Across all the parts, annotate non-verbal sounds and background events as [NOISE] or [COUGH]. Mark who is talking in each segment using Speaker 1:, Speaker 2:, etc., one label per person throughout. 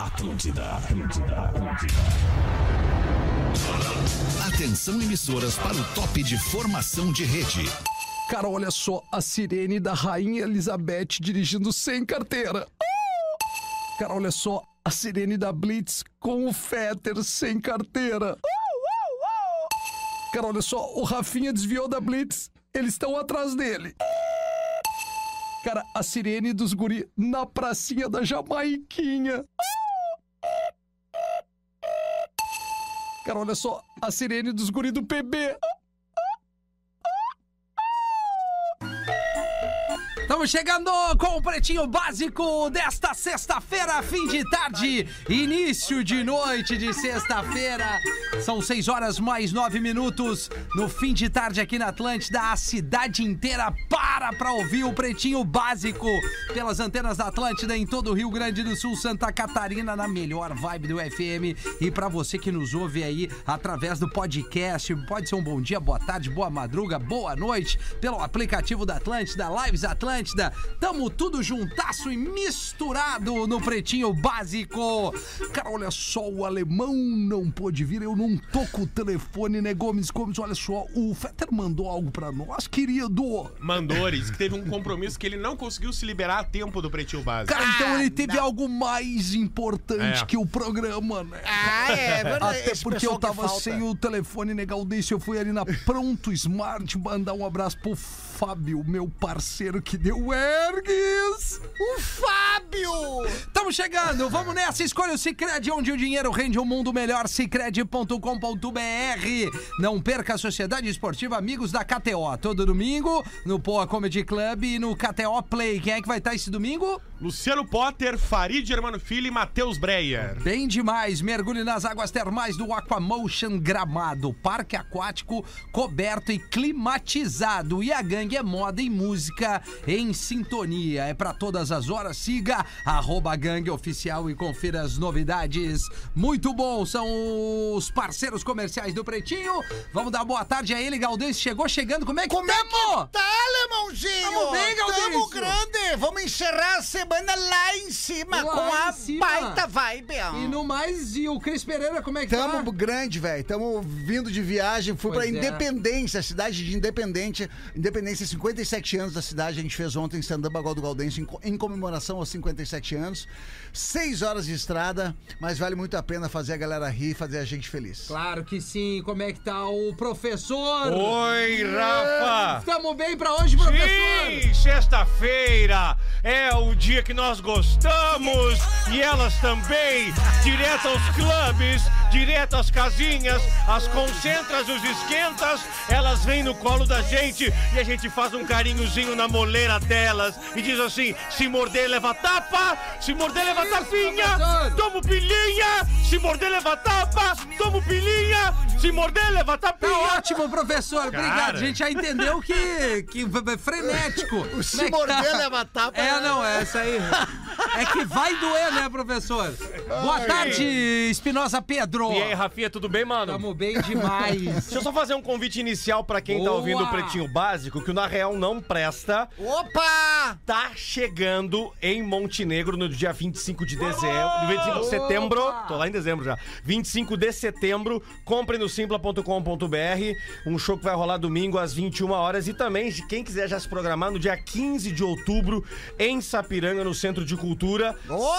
Speaker 1: Atlântida, Atlântida, Atlântida.
Speaker 2: Atenção emissoras para o top de formação de rede.
Speaker 3: Cara, olha só a sirene da Rainha Elizabeth dirigindo sem carteira. Ah! Cara, olha só a sirene da Blitz com o Fetter sem carteira. Ah! Cara, olha só, o Rafinha desviou da Blitz. Eles estão atrás dele. Cara, a sirene dos guri na pracinha da Jamaiquinha. Uh! Cara, olha só, a sirene dos guri do PB.
Speaker 4: Estamos chegando com o Pretinho Básico desta sexta-feira, fim de tarde, início de noite de sexta-feira. São seis horas mais nove minutos no fim de tarde aqui na Atlântida. A cidade inteira para para ouvir o Pretinho Básico pelas antenas da Atlântida em todo o Rio Grande do Sul, Santa Catarina, na melhor vibe do FM. E para você que nos ouve aí através do podcast, pode ser um bom dia, boa tarde, boa madruga, boa noite, pelo aplicativo da Atlântida, Lives Atlântida. Atlântida. Tamo tudo juntasso e misturado no pretinho básico. Cara, olha só, o alemão não pôde vir, eu não tô com o telefone, né, Gomes? Gomes, olha só, o Fetter mandou algo pra nós, querido.
Speaker 5: Mandores, que teve um compromisso que ele não conseguiu se liberar a tempo do pretinho básico.
Speaker 3: Cara,
Speaker 6: Ah,
Speaker 3: então ele teve algo mais importante
Speaker 5: É.
Speaker 3: que o programa, né?
Speaker 6: Ah, é, verdade.
Speaker 3: Até porque eu tava sem o telefone
Speaker 4: né,
Speaker 3: Negaldense, eu fui ali na Pronto Smart mandar um abraço pro Fábio, meu parceiro que deu o ergues.
Speaker 6: O Fábio!
Speaker 4: Estamos chegando, vamos nessa. Escolha o Cicred, onde o dinheiro rende um mundo melhor. Cicred.com.br. Não perca a Sociedade Esportiva Amigos da KTO. Todo domingo no Poa Comedy Club e no KTO Play. Quem é que vai estar esse domingo?
Speaker 5: Luciano Potter, Farid Germano Filho e Matheus Breyer.
Speaker 4: Bem demais, mergulhe nas águas termais do Aquamotion Gramado, parque aquático coberto e climatizado. E a gangue é moda e música em sintonia. É pra todas as horas. Siga arroba gangue oficial e confira as novidades. Muito bom, são os parceiros comerciais do Pretinho. Vamos dar boa tarde a ele, Galdês. Chegou chegando. Como é que
Speaker 6: Como é
Speaker 4: tamo?
Speaker 6: que tá, alemãozinho?
Speaker 4: Tamo bem, Gaudêncio.
Speaker 6: Tamo grande! Vamos encerrar a semana lá em cima,
Speaker 4: Lá
Speaker 6: com
Speaker 4: em
Speaker 6: a
Speaker 4: cima.
Speaker 6: baita vibe, ó.
Speaker 4: E no mais, e o Cris Pereira, como é que
Speaker 7: Tamo
Speaker 4: tá?
Speaker 7: grande, velho. Tamo vindo de viagem. Fui
Speaker 4: Pois
Speaker 7: pra
Speaker 4: é.
Speaker 7: Independência, a cidade de Independente. Independência, 57 anos da cidade. A gente fez ontem stand-up Bagual do Galdense em, co- em comemoração aos 57 anos. Seis horas de estrada, mas vale muito a pena fazer a galera rir e fazer a gente feliz.
Speaker 4: Claro que sim. Como é que tá o professor?
Speaker 5: Oi, Rafa!
Speaker 4: É, Estamos bem pra hoje, professor?
Speaker 5: Sim, sexta-feira é o dia que nós gostamos e elas também, direto aos clubes, direto às casinhas, as concentras, os esquentas, elas vêm no colo da gente e a gente faz um carinhozinho na moleira delas e diz assim: se morder, leva tapa, se morder, leva tapinha,
Speaker 4: professor.
Speaker 5: tomo pilinha, se morder, leva tapa, tomo pilinha, se morder, leva
Speaker 4: Tá
Speaker 5: tapinha.
Speaker 4: ótimo, professor. Obrigado.
Speaker 5: Cara.
Speaker 4: A gente já entendeu que, que é frenético. Como é
Speaker 7: Se
Speaker 4: que
Speaker 7: morder,
Speaker 4: tá?
Speaker 7: leva tapa.
Speaker 4: É, não, é essa aí. É que vai doer, né, professor? Boa tarde, Espinosa Pedro.
Speaker 8: E aí, Rafinha, tudo bem, mano?
Speaker 4: Tamo bem demais.
Speaker 8: Deixa eu só fazer um convite inicial pra quem tá
Speaker 4: Boa!
Speaker 8: ouvindo o Pretinho Básico, que o Na Real Não Presta
Speaker 6: Opa!
Speaker 8: tá chegando em Montenegro no dia 25 de dezembro, no 25 de setembro.
Speaker 4: Opa!
Speaker 8: Tô lá em dezembro já. 25 de setembro, compre no simpla.com.br, um show que vai rolar domingo às 21 horas e também se quem quiser já se programar no dia 15 de outubro em Sapiranga no Centro de Cultura,
Speaker 6: Opa!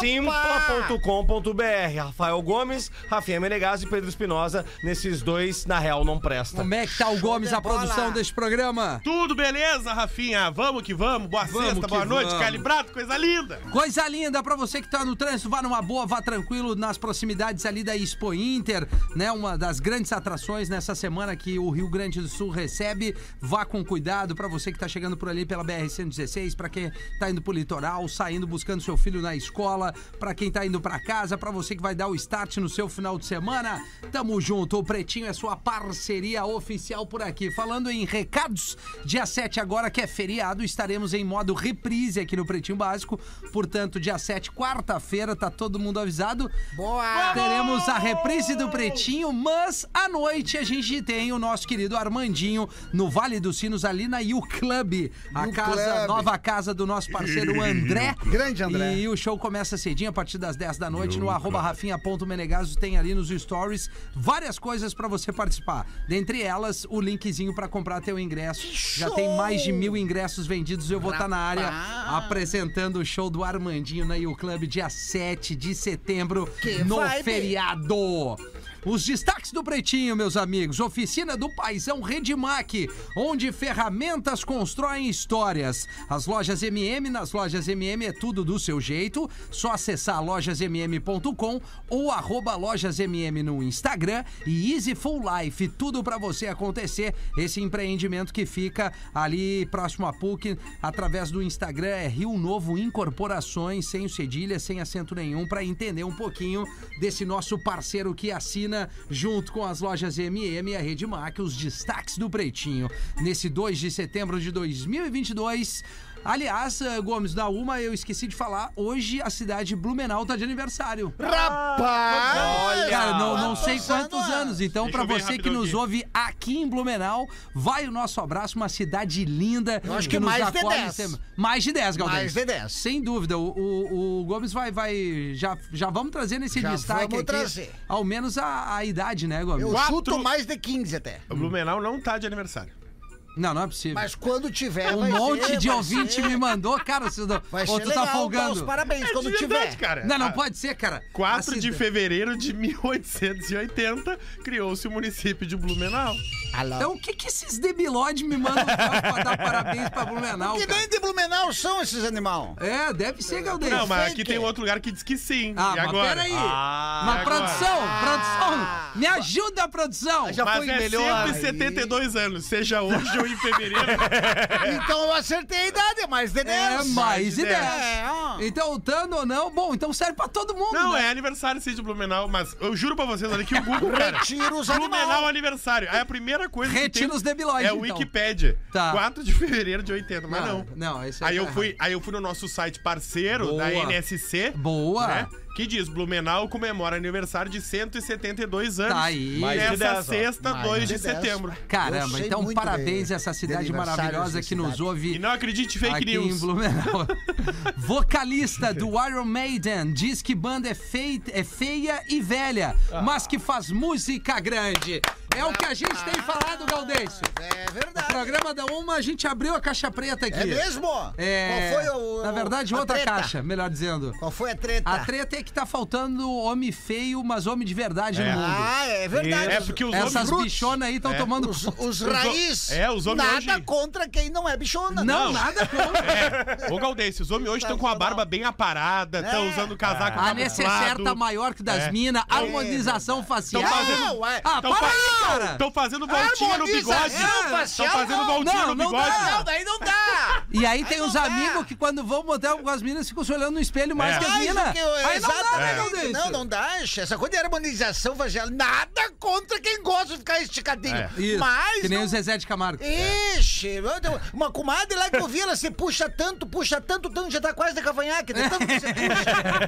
Speaker 8: simpla.com.br. Rafael Gomes, Rafinha Menegas e Pedro Espinosa, nesses dois na real não presta.
Speaker 4: Como é que tá o Gomes,
Speaker 6: de
Speaker 4: a produção
Speaker 6: bola.
Speaker 4: desse programa?
Speaker 5: Tudo beleza, Rafinha? Vamos que vamos. Boa
Speaker 4: Vamos
Speaker 5: sexta,
Speaker 4: que
Speaker 5: boa noite,
Speaker 4: vamos.
Speaker 5: calibrado, coisa linda.
Speaker 4: Coisa linda pra você que tá no trânsito, vá numa boa, vá tranquilo nas proximidades ali da Expo Inter, né? Uma das grandes atrações nessa semana que o Rio Grande do Sul recebe. Vá com cuidado pra você que tá chegando por ali pela BR 116, pra quem tá indo pro litoral, saindo buscando seu filho na escola, pra quem tá indo pra casa, pra você que vai dar o start no seu final de semana. Tamo junto, o Pretinho é sua parceria oficial por aqui. Falando em recados, dia 7 agora que é feriado, estaremos em modo reprise aqui no Pretinho Básico. Portanto, dia 7, quarta-feira, tá todo mundo avisado.
Speaker 6: Boa!
Speaker 4: Teremos a reprise do Pretinho, mas à noite a gente tem o nosso querido Armandinho no Vale dos Sinos, ali na U Club, a
Speaker 7: U
Speaker 4: casa,
Speaker 7: Club.
Speaker 4: nova casa do nosso parceiro André.
Speaker 7: Grande André. né?
Speaker 4: E o show começa cedinho, a partir das 10 da noite, no arroba rafinha.menegaso tem ali nos stories várias coisas pra você participar. Dentre elas, o linkzinho pra comprar teu ingresso. Já tem mais de mil ingressos vendidos, eu vou estar na área apresentando o show do Armandinho na U Club, dia 7 de setembro,
Speaker 6: Que
Speaker 4: no
Speaker 6: vibe!
Speaker 4: feriado. Os destaques do Pretinho, meus amigos. Oficina do Paisão Redmac, onde ferramentas constroem histórias. As lojas MM, nas lojas MM é tudo do seu jeito. Só acessar lojasmm.com ou arroba lojasmm no Instagram e Easy Full Life, tudo pra você acontecer. Esse empreendimento que fica ali próximo à PUC, através do Instagram é Rio Novo Incorporações, sem o cedilha, sem acento nenhum, pra entender um pouquinho desse nosso parceiro que assina junto com as lojas MM e a Rede Mac os destaques do Pretinho. Nesse 2 de setembro de 2022. Aliás, eh, Gomes, da Uma, eu esqueci de falar, hoje a cidade de Blumenau tá de aniversário. Ah,
Speaker 7: Rapaz!
Speaker 4: Cara, não, não
Speaker 7: Quantos
Speaker 4: sei quantos
Speaker 7: anos?
Speaker 4: anos. Então,
Speaker 5: Deixa
Speaker 4: pra
Speaker 5: eu ver
Speaker 4: você que
Speaker 5: rapidão
Speaker 4: nos
Speaker 5: aqui.
Speaker 4: ouve aqui em Blumenau, vai o nosso abraço, uma cidade linda. Eu
Speaker 7: acho que mais de 10.
Speaker 4: Mais de 10, Galdês.
Speaker 7: Mais de 10.
Speaker 4: Sem dúvida. O, o- o Gomes vai. vai já, já vamos trazer nesse
Speaker 7: Já
Speaker 4: destaque
Speaker 7: vamos
Speaker 4: aqui.
Speaker 7: trazer.
Speaker 4: Ao menos a, a idade, né, Gomes?
Speaker 7: Eu
Speaker 9: Quatro-
Speaker 7: chuto mais de 15 até.
Speaker 9: O Blumenau não tá de aniversário.
Speaker 4: Não, não é possível.
Speaker 7: Mas quando tiver,
Speaker 4: um
Speaker 7: vai
Speaker 4: monte
Speaker 7: ser,
Speaker 4: de
Speaker 7: vai
Speaker 4: ouvinte
Speaker 7: ser.
Speaker 4: me mandou, cara. Você não,
Speaker 7: Vai
Speaker 4: ou
Speaker 7: ser
Speaker 4: tu
Speaker 7: legal,
Speaker 4: tá
Speaker 7: dá
Speaker 4: folgando.
Speaker 7: os parabéns quando
Speaker 9: de
Speaker 7: tiver.
Speaker 9: verdade, cara.
Speaker 4: Não, não
Speaker 9: Ah,
Speaker 4: pode ser, cara. Assim,
Speaker 9: 4
Speaker 4: A
Speaker 9: de
Speaker 4: cida-
Speaker 9: fevereiro de 1880, criou-se o município de Blumenau.
Speaker 7: Alô.
Speaker 4: Então, o que, que esses debilode me mandam pra dar parabéns pra Blumenau?
Speaker 7: que
Speaker 4: cara?
Speaker 7: nem de Blumenau são esses animal.
Speaker 4: É, deve ser, Galdês.
Speaker 9: Não, mas
Speaker 7: sei
Speaker 9: aqui
Speaker 7: que-
Speaker 9: tem um outro lugar que diz que sim.
Speaker 4: Ah,
Speaker 9: e
Speaker 4: mas
Speaker 9: agora?
Speaker 4: peraí.
Speaker 9: Ah,
Speaker 4: mas
Speaker 9: e agora?
Speaker 4: produção, produção, me ajuda, produção.
Speaker 7: Já
Speaker 9: Mas
Speaker 7: foi
Speaker 9: é
Speaker 7: melhor.
Speaker 9: sempre 72 anos, seja hoje ou em fevereiro.
Speaker 4: [LAUGHS]
Speaker 7: Então eu acertei a idade, é mais de 10.
Speaker 4: É mais de 10.
Speaker 7: É, ó.
Speaker 4: Então, Tano ou não, bom, então serve pra todo mundo.
Speaker 9: Não,
Speaker 4: né?
Speaker 9: é aniversário sim de Blumenau, mas eu juro pra vocês, olha que
Speaker 4: [LAUGHS]
Speaker 9: o Google, cara.
Speaker 7: Retira os
Speaker 9: Blumenau
Speaker 7: animal.
Speaker 9: aniversário. Aí a primeira coisa
Speaker 4: Retira
Speaker 9: que tem
Speaker 4: os debilóides,
Speaker 9: é o
Speaker 4: então.
Speaker 9: Wikipedia.
Speaker 4: Tá.
Speaker 9: 4 de fevereiro de 80, mas
Speaker 4: Não,
Speaker 9: é, não.
Speaker 4: não, isso aí
Speaker 9: aí
Speaker 4: tá
Speaker 9: eu fui, Aí eu fui no nosso site parceiro da
Speaker 4: Boa.
Speaker 9: NSC.
Speaker 4: Boa.
Speaker 9: né, Que diz, Blumenau comemora aniversário de 172 anos.
Speaker 4: Tá aí.
Speaker 8: Mais
Speaker 9: Nessa
Speaker 8: de 10, ó.
Speaker 9: sexta,
Speaker 7: Mais
Speaker 9: 2 de
Speaker 7: de 10.
Speaker 9: setembro.
Speaker 4: Caramba,
Speaker 7: Eu sei
Speaker 4: então
Speaker 7: muito
Speaker 4: parabéns
Speaker 7: de-
Speaker 4: a essa cidade
Speaker 7: de aniversários
Speaker 4: maravilhosa
Speaker 7: de
Speaker 4: que nos
Speaker 7: cidade.
Speaker 4: ouve.
Speaker 9: E não acredite em fake
Speaker 4: aqui em
Speaker 9: news. [LAUGHS]
Speaker 4: Blumenau. Vocalista do Iron Maiden diz que banda é, fei- é feia e velha, mas que faz música grande. É o que a gente tem falado, Galdêncio.
Speaker 7: É
Speaker 4: O
Speaker 7: verdade.
Speaker 4: programa da Uma, a gente abriu a caixa preta aqui.
Speaker 7: É mesmo?
Speaker 4: É,
Speaker 7: Qual foi o,
Speaker 4: na verdade,
Speaker 7: a
Speaker 4: outra
Speaker 7: treta?
Speaker 4: caixa, melhor dizendo.
Speaker 7: Qual foi a treta?
Speaker 4: A treta é que tá faltando homem feio, mas homem de verdade no mundo.
Speaker 7: Ah, é verdade.
Speaker 9: É porque os
Speaker 4: Essas
Speaker 9: homens...
Speaker 4: bichonas aí estão tomando
Speaker 7: É. Os,
Speaker 4: conta.
Speaker 7: os raiz.
Speaker 9: É, os homens
Speaker 7: Nada
Speaker 9: hoje-
Speaker 7: contra quem não é bichona.
Speaker 4: Não, nada contra.
Speaker 9: Ô, Galdêncio, os homens hoje estão com a barba bem aparada, estão
Speaker 7: É.
Speaker 9: usando casaco
Speaker 4: A necessaire
Speaker 9: camuflado.
Speaker 4: tá maior que das
Speaker 9: É.
Speaker 4: minas, harmonização facial.
Speaker 9: Tão fazendo-
Speaker 7: Não, é.
Speaker 4: Ah,
Speaker 9: Tão
Speaker 4: para
Speaker 9: fa-
Speaker 4: aí, cara!
Speaker 9: Estão fazendo voltinha no bigode.
Speaker 7: Harmonização
Speaker 9: Estão
Speaker 7: facial,
Speaker 9: fazendo
Speaker 7: não.
Speaker 9: voltinha
Speaker 4: Não,
Speaker 9: no
Speaker 4: não
Speaker 9: bigode.
Speaker 4: dá.
Speaker 7: Não, daí não dá.
Speaker 4: E aí tem
Speaker 7: não
Speaker 4: uns
Speaker 7: dá.
Speaker 4: amigos que quando vão botar com as minas ficam se olhando no espelho mais
Speaker 9: É.
Speaker 4: que as
Speaker 7: Mais
Speaker 4: minas.
Speaker 7: do que eu-
Speaker 4: Aí não dá, né,
Speaker 7: exatamente.
Speaker 4: Galdêncio?
Speaker 7: Não, não dá. Acho. Essa coisa de harmonização facial, nada contra quem gosta de ficar esticadinho.
Speaker 4: É. Isso,
Speaker 7: Mas.
Speaker 4: que nem
Speaker 7: não-
Speaker 4: o Zezé de Camargo.
Speaker 7: Ixi, meu Deus. uma comadre lá que eu vi, ela se puxa tanto, puxa tanto, tanto, já tá quase de cavanhaque, de tanto que você puxa.
Speaker 4: [LAUGHS]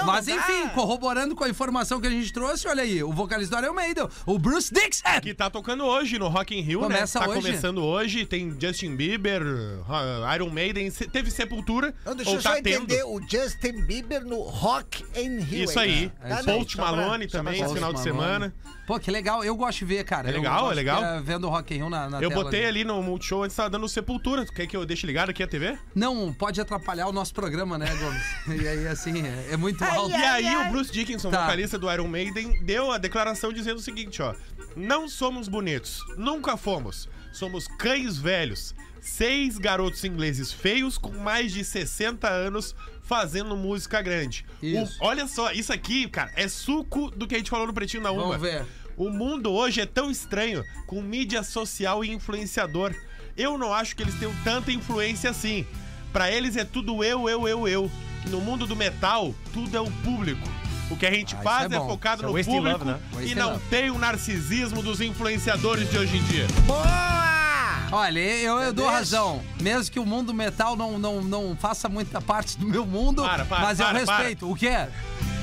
Speaker 7: Não,
Speaker 4: Mas
Speaker 7: não dá.
Speaker 4: enfim, corroborando com a informação que a gente trouxe, olha aí, o vocalista do Iron Maiden, o Bruce Dixon.
Speaker 9: Que tá tocando hoje no Rock in Rio,
Speaker 4: Começa
Speaker 9: né? Tá
Speaker 4: hoje?
Speaker 9: começando hoje, tem Justin Bieber, uh, Iron Maiden, se- teve Sepultura,
Speaker 7: Não, Então, deixa
Speaker 9: ou
Speaker 7: eu
Speaker 9: tá
Speaker 7: só
Speaker 9: tendo.
Speaker 7: entender o Justin Bieber no Rock and Rio. Tá, né?
Speaker 9: Isso aí.
Speaker 4: É isso aí.
Speaker 9: Post
Speaker 7: Só pra-
Speaker 9: Malone
Speaker 7: só pra-
Speaker 9: também,
Speaker 7: só
Speaker 9: esse
Speaker 7: pra-
Speaker 9: final de
Speaker 4: Malone.
Speaker 9: semana.
Speaker 4: Pô, que legal, eu gosto de ver, cara.
Speaker 9: É
Speaker 4: Eu
Speaker 9: legal,
Speaker 4: gosto
Speaker 9: é legal.
Speaker 4: de ficar Vendo o Rock in Rio na, na
Speaker 9: Eu
Speaker 4: tela
Speaker 9: botei ali no Multishow, antes tava dando Sepultura. Quer que eu deixe ligado aqui a TV?
Speaker 4: Não, pode atrapalhar o nosso programa, né, Gomes? [LAUGHS] e aí, assim, é, é muito alto.
Speaker 9: E aí o Bruce Dickinson,
Speaker 4: Tá.
Speaker 9: vocalista do Iron Maiden, deu a declaração dizendo o seguinte, ó: "Não somos bonitos, nunca fomos. Somos cães velhos, seis garotos ingleses feios com mais de 60 anos fazendo música grande". O-
Speaker 4: Isso.
Speaker 9: olha só, isso aqui, cara, é suco do que a gente falou no Pretinho na Uma.
Speaker 4: Vamos ver.
Speaker 9: O mundo hoje é tão estranho, com mídia social e influenciador. Eu não acho que eles tenham tanta influência assim. Pra eles é tudo eu, eu, eu, eu. No mundo do metal, tudo é o público. O que a gente
Speaker 4: Ah,
Speaker 9: faz
Speaker 4: isso
Speaker 9: é,
Speaker 4: é bom.
Speaker 9: focado
Speaker 8: Isso é
Speaker 9: no
Speaker 8: wasting
Speaker 9: público
Speaker 8: love, né?
Speaker 4: Wasting
Speaker 9: e não
Speaker 4: love.
Speaker 9: tem o narcisismo dos influenciadores de hoje em dia.
Speaker 7: Boa!
Speaker 4: Olha, eu, eu dou razão. Mesmo que o mundo metal não, não, não faça muita parte do meu mundo,
Speaker 9: Para, para,
Speaker 4: mas eu
Speaker 9: para,
Speaker 4: respeito. O quê?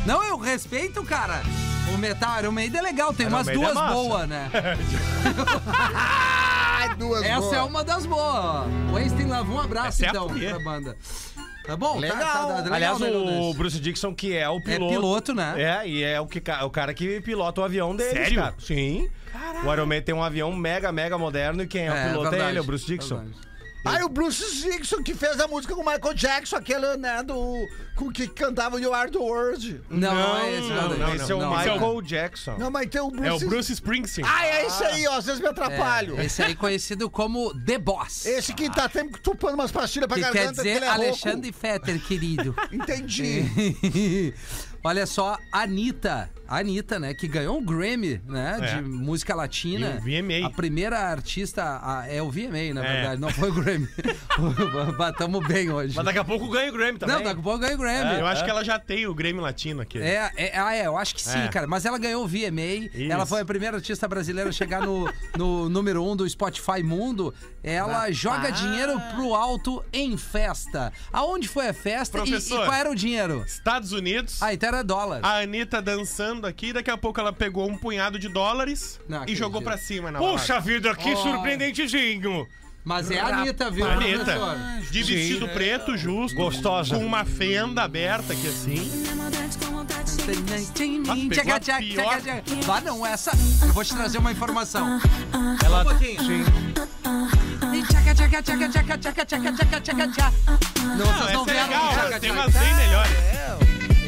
Speaker 4: Não, eu respeito, cara. O metal Iron Maiden é legal, tem umas
Speaker 8: Maiden é
Speaker 4: duas
Speaker 8: massa.
Speaker 4: boas, né?
Speaker 7: Ai, duas
Speaker 4: Essa
Speaker 7: boas.
Speaker 4: é uma das boas. Wasting Love, um abraço
Speaker 9: Essa é a
Speaker 4: então
Speaker 9: primeira.
Speaker 4: pra banda. Tá bom? tá-
Speaker 7: Legal.
Speaker 4: tá- tá- tá legal,
Speaker 8: Aliás,
Speaker 4: né,
Speaker 8: o
Speaker 4: Lourdes?
Speaker 8: Bruce Dixon, que é o
Speaker 4: É
Speaker 8: piloto.
Speaker 4: piloto, né?
Speaker 8: É, e é o, que, ca- o cara que pilota o avião dele.
Speaker 9: Sério?
Speaker 8: Cara. Sim. O Iron Man tem um avião mega, mega moderno e quem é, o piloto é ele, é o Bruce Dixon.
Speaker 4: verdade.
Speaker 7: Aí o Bruce Dixon que fez a música com o Michael Jackson, aquele, né, do. Com, que cantava You Are the World.
Speaker 4: Não, não, é esse.
Speaker 8: não,
Speaker 4: verdade.
Speaker 8: esse é o
Speaker 4: Não,
Speaker 8: Michael
Speaker 4: não.
Speaker 8: Jackson.
Speaker 7: Não, mas tem o Bruce.
Speaker 9: É o Bruce Springsteen.
Speaker 7: Ah, é isso aí, ó. Às vezes me atrapalho.
Speaker 4: É, esse aí conhecido como The Boss.
Speaker 7: Esse que tá sempre tupando umas pastilhas pra
Speaker 4: que
Speaker 7: garganta.
Speaker 4: quer dizer
Speaker 7: porque ele é rouco.
Speaker 4: Alexandre Fetter, querido.
Speaker 7: Entendi.
Speaker 4: [LAUGHS] Olha só, Anitta. Anitta, né? Que ganhou um Grammy, né?
Speaker 9: É.
Speaker 4: De música latina.
Speaker 9: E um VMA.
Speaker 4: A primeira artista. a- é o VMA, na verdade. Não foi o Grammy. [LAUGHS] Batamos bem hoje.
Speaker 8: Mas daqui a pouco ganha o Grammy também.
Speaker 4: Não, daqui a pouco ganha o Grammy.
Speaker 9: É, Eu acho que ela já tem o Grêmio Latino aqui.
Speaker 4: É, é, ah, é, eu acho que sim,
Speaker 9: É.
Speaker 4: cara. Mas ela ganhou o VMA. Ela foi a primeira artista brasileira a chegar no,
Speaker 9: [LAUGHS]
Speaker 4: no número um do Spotify Mundo. Ela joga dinheiro pro alto em festa. Aonde foi a festa e- e,
Speaker 9: Professor.
Speaker 4: qual era o dinheiro?
Speaker 9: Estados Unidos.
Speaker 4: Ah, então era dólar.
Speaker 9: A Anitta dançando aqui, daqui a pouco ela pegou um punhado de dólares
Speaker 4: Não,
Speaker 9: e
Speaker 4: acredito.
Speaker 9: jogou pra cima na
Speaker 5: Puxa vida, que
Speaker 4: Ó.
Speaker 5: surpreendentezinho.
Speaker 4: Mas é a Anitta, viu,
Speaker 9: hora. Anitta,
Speaker 4: professor?
Speaker 9: de vestido preto, justo.
Speaker 8: Gostosa.
Speaker 9: Com uma fenda aberta aqui assim. Mas pegou
Speaker 4: Tchaca,
Speaker 9: a
Speaker 4: tchaca,
Speaker 9: pior.
Speaker 4: tchaca, tchaca. Vá não, essa. Eu vou te trazer uma informação.
Speaker 8: Ela-
Speaker 4: Um pouquinho. E tchaca, tchaca, tchaca, tchaca, tchaca, tchaca, tchaca, tchaca, tchaca. Não, vocês não
Speaker 9: Essa é
Speaker 4: vieram
Speaker 9: legal,
Speaker 4: do
Speaker 9: mas
Speaker 4: tchaca,
Speaker 9: tem
Speaker 4: tchaca.
Speaker 9: umas bem melhores.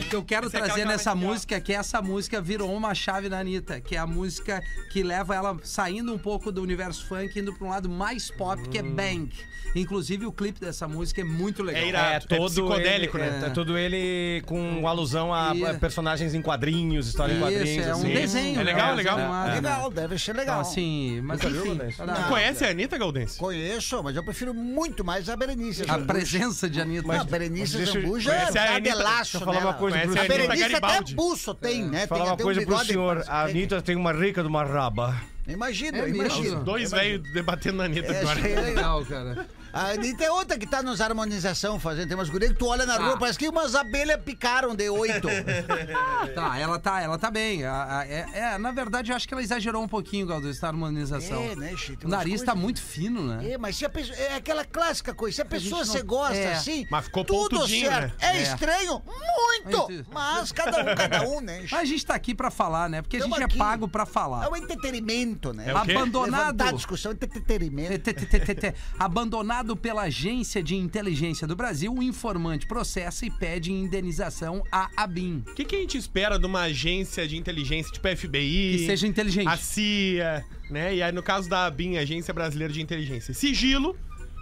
Speaker 4: O que eu quero
Speaker 9: é
Speaker 4: trazer
Speaker 9: aquela que
Speaker 4: nessa
Speaker 9: ela vai
Speaker 4: música é que essa música virou uma chave na Anitta, que é a música que leva ela saindo um pouco do universo funk, indo pra um lado mais pop, que é Bang. Inclusive, o clipe dessa música é muito legal.
Speaker 9: É irado.
Speaker 8: É todo
Speaker 9: É psicodélico,
Speaker 8: ele,
Speaker 4: né?
Speaker 8: É, é todo ele com alusão a
Speaker 4: Isso.
Speaker 8: personagens em quadrinhos, história em
Speaker 4: Isso,
Speaker 8: quadrinhos.
Speaker 4: é um
Speaker 8: assim.
Speaker 4: desenho.
Speaker 9: É legal,
Speaker 4: né?
Speaker 9: legal.
Speaker 4: Desenho animado.
Speaker 7: legal, deve ser
Speaker 4: Então,
Speaker 7: legal.
Speaker 4: assim, mas
Speaker 8: Nunca viu,
Speaker 4: enfim.
Speaker 8: Vanessa?
Speaker 4: tá.
Speaker 9: Tu conhece a Anitta, Galdense?
Speaker 7: Conheço, mas eu prefiro muito mais a Berenice.
Speaker 4: A
Speaker 7: Zambuja.
Speaker 4: presença de Anitta. é
Speaker 7: Não, a Berenice
Speaker 8: deixa eu-
Speaker 7: Zambuja
Speaker 9: Conhece a
Speaker 7: é
Speaker 9: Anitta-
Speaker 7: cabelaço
Speaker 8: deixa eu falar
Speaker 7: nela.
Speaker 8: uma coisa pro
Speaker 9: Conhece
Speaker 7: A
Speaker 9: a
Speaker 8: senhor.
Speaker 9: Anitta
Speaker 7: Berenice até um
Speaker 9: Garibaldi.
Speaker 7: buço tem, né?
Speaker 8: Falar
Speaker 7: tem
Speaker 8: uma
Speaker 7: até um
Speaker 8: coisa pro
Speaker 7: bigode
Speaker 8: senhor. A
Speaker 7: parecente.
Speaker 8: Anitta tem uma rica de uma raba.
Speaker 7: Imagino,
Speaker 4: É mesmo?
Speaker 7: imagino.
Speaker 9: Dois velhos debatendo na Anitta
Speaker 7: É,
Speaker 9: agora. [LAUGHS]
Speaker 7: achei legal.
Speaker 4: Legal, cara.
Speaker 7: A Anitta é outra que tá nos harmonização fazendo. Tem umas gurias que tu olha na rua, parece que umas abelhas picaram de oito.
Speaker 4: Tá, ela tá, ela tá bem. A- a- é, é, na verdade, eu acho que ela exagerou um pouquinho, Galdês, na harmonização.
Speaker 7: É, né, Chico, tem
Speaker 4: O nariz
Speaker 7: umas
Speaker 4: tá
Speaker 7: coisas-
Speaker 4: muito fino, né?
Speaker 7: É, mas se a pessoa, é aquela clássica coisa, se a pessoa
Speaker 4: gente
Speaker 7: você
Speaker 4: não-
Speaker 7: gosta
Speaker 4: é.
Speaker 7: assim,
Speaker 9: Mas ficou
Speaker 7: tudo
Speaker 9: pontudinho,
Speaker 7: certo.
Speaker 4: né?
Speaker 7: É,
Speaker 4: É.
Speaker 7: estranho?
Speaker 4: Mas-
Speaker 7: Muito! Mas cada um, cada um, né?
Speaker 4: Mas a gente tá aqui pra falar, né? Porque a
Speaker 7: Tamo
Speaker 4: gente
Speaker 7: aqui.
Speaker 4: é pago pra
Speaker 7: É
Speaker 4: falar.
Speaker 7: um entretenimento, né?
Speaker 9: É o quê?
Speaker 4: Abandonado.
Speaker 7: Levantar a discussão, entretenimento.
Speaker 4: TTTTT. Abandonado pela Agência de Inteligência do Brasil, o informante processa e pede indenização à ABIN.
Speaker 9: O que, que a gente espera de uma agência de inteligência, tipo FBI?
Speaker 4: Que seja inteligente.
Speaker 9: A CIA, né? E aí, no caso da ABIN, Agência Brasileira de Inteligência, sigilo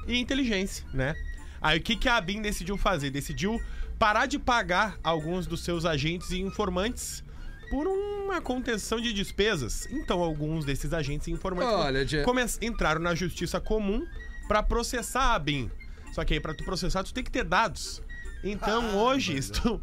Speaker 9: e inteligência, né? Aí, o que, que a ABIN decidiu fazer? Decidiu parar de pagar alguns dos seus agentes e informantes por uma contenção de despesas. Então, alguns desses agentes e informantes
Speaker 4: Olha,
Speaker 8: É.
Speaker 4: Diego.
Speaker 9: come- entraram na justiça comum pra processar a ABIN. Só que aí, pra tu processar, tu tem que ter dados. Então,
Speaker 7: Ah,
Speaker 9: hoje, [LAUGHS] estou...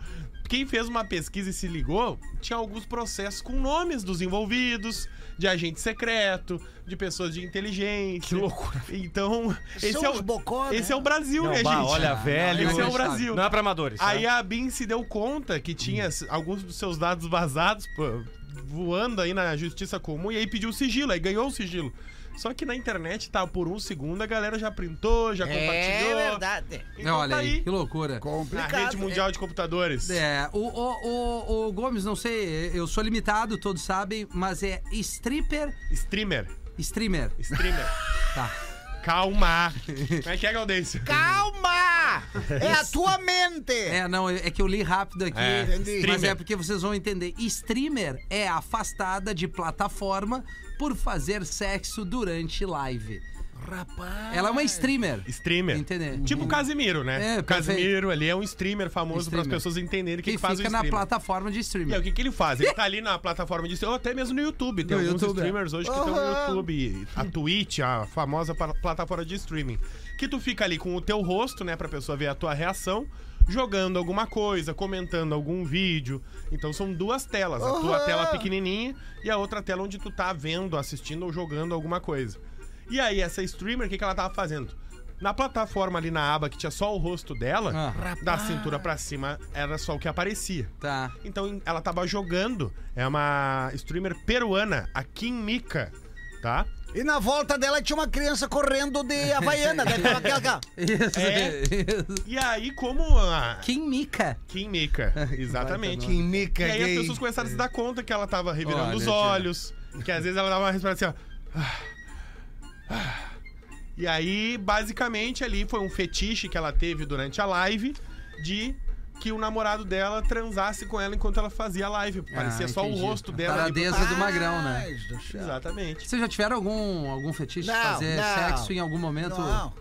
Speaker 9: quem fez uma pesquisa e se ligou, tinha alguns processos com nomes dos envolvidos, de agente secreto, de pessoas de inteligência. Que loucura. Então, esse
Speaker 7: São
Speaker 9: é,
Speaker 7: os
Speaker 9: o...
Speaker 7: bocó, né? Ah,
Speaker 9: esse é o Brasil,
Speaker 8: Não,
Speaker 9: né,
Speaker 8: bah,
Speaker 9: gente?
Speaker 8: olha, velho.
Speaker 9: Esse é o Brasil.
Speaker 8: Não é pra amadores.
Speaker 9: Aí
Speaker 8: né?
Speaker 9: a Bin se deu conta que tinha
Speaker 4: Hum.
Speaker 9: s- alguns dos seus dados vazados, pô, voando aí na justiça comum, e aí pediu sigilo, aí ganhou o sigilo. Só que na internet tá por um segundo, a galera já printou, já
Speaker 7: É
Speaker 9: compartilhou.
Speaker 7: verdade.
Speaker 9: Então
Speaker 4: Olha
Speaker 9: tá
Speaker 4: aí,
Speaker 9: aí.
Speaker 4: que loucura.
Speaker 9: Na
Speaker 7: Complicado.
Speaker 9: rede mundial de computadores.
Speaker 4: É, o, o, o, o Gomes, não sei, eu sou limitado, todos sabem, mas é stripper,
Speaker 9: Streamer.
Speaker 4: streamer.
Speaker 9: Streamer.
Speaker 4: [LAUGHS] Tá. [LAUGHS]
Speaker 9: Calma! Como é que é, Galdêncio?
Speaker 7: Calma! É a tua mente!
Speaker 4: É, não, é que eu li rápido aqui.
Speaker 9: É,
Speaker 7: entendi.
Speaker 4: Mas é
Speaker 9: streamer.
Speaker 4: porque vocês vão entender. Streamer é afastada de plataforma por fazer sexo durante live. Rapaz. Ela é uma streamer.
Speaker 9: Streamer.
Speaker 4: Entendeu?
Speaker 9: Tipo o Casimiro, né?
Speaker 4: Uhum. É,
Speaker 9: o Casimiro ali é um streamer famoso para as
Speaker 4: Streamer.
Speaker 9: pessoas entenderem o que,
Speaker 4: Que,
Speaker 9: que
Speaker 4: fica
Speaker 9: faz o
Speaker 4: na
Speaker 9: streamer.
Speaker 4: plataforma de
Speaker 9: E aí,
Speaker 4: streamer.
Speaker 9: o que, que ele faz? Ele tá ali na plataforma de streaming, ou até mesmo no YouTube. Tem
Speaker 4: No
Speaker 9: alguns
Speaker 4: YouTube, é.
Speaker 9: streamers hoje que estão no YouTube. A Twitch, a famosa pa- plataforma de streaming. Que tu fica ali com o teu rosto, né, pra pessoa ver a tua reação, jogando alguma coisa, comentando algum vídeo. Então são duas telas. A tua tela pequenininha e a outra tela onde tu tá vendo, assistindo ou jogando alguma coisa. E aí, essa streamer, o que, que ela tava fazendo? Na plataforma ali na aba que tinha só o rosto dela,
Speaker 4: Ah.
Speaker 9: da cintura pra cima era só o que aparecia.
Speaker 4: Tá.
Speaker 9: Então em- ela tava jogando. É uma streamer peruana, a Kim Mika, tá?
Speaker 7: E na volta dela tinha uma criança correndo
Speaker 4: [LAUGHS]
Speaker 7: de Havaiana, né? Aquela- aquela- aquela-
Speaker 4: Isso,
Speaker 9: É.
Speaker 4: isso.
Speaker 9: E aí, como a
Speaker 4: Quem mica?
Speaker 9: Kim
Speaker 4: [LAUGHS]
Speaker 9: Mika, exatamente.
Speaker 8: Quem me
Speaker 9: E aí as
Speaker 8: caguei.
Speaker 9: pessoas começaram a se dar conta que ela tava revirando
Speaker 4: Olha,
Speaker 9: os
Speaker 4: tia.
Speaker 9: olhos, que às vezes ela dava uma respirada assim, ó. ah." E aí, basicamente, ali foi um fetiche que ela teve durante a live de que o namorado dela transasse com ela enquanto ela fazia a live. Parecia
Speaker 4: Ah,
Speaker 9: só o
Speaker 4: entendi.
Speaker 9: rosto
Speaker 4: A
Speaker 9: dela. ali Ah,
Speaker 4: Paradeza do magrão, né?
Speaker 7: Ai, do céu.
Speaker 9: Exatamente.
Speaker 4: Vocês já tiveram algum, algum fetiche? de
Speaker 7: Não,
Speaker 4: fazer
Speaker 7: não.
Speaker 4: sexo em algum momento?
Speaker 7: Não,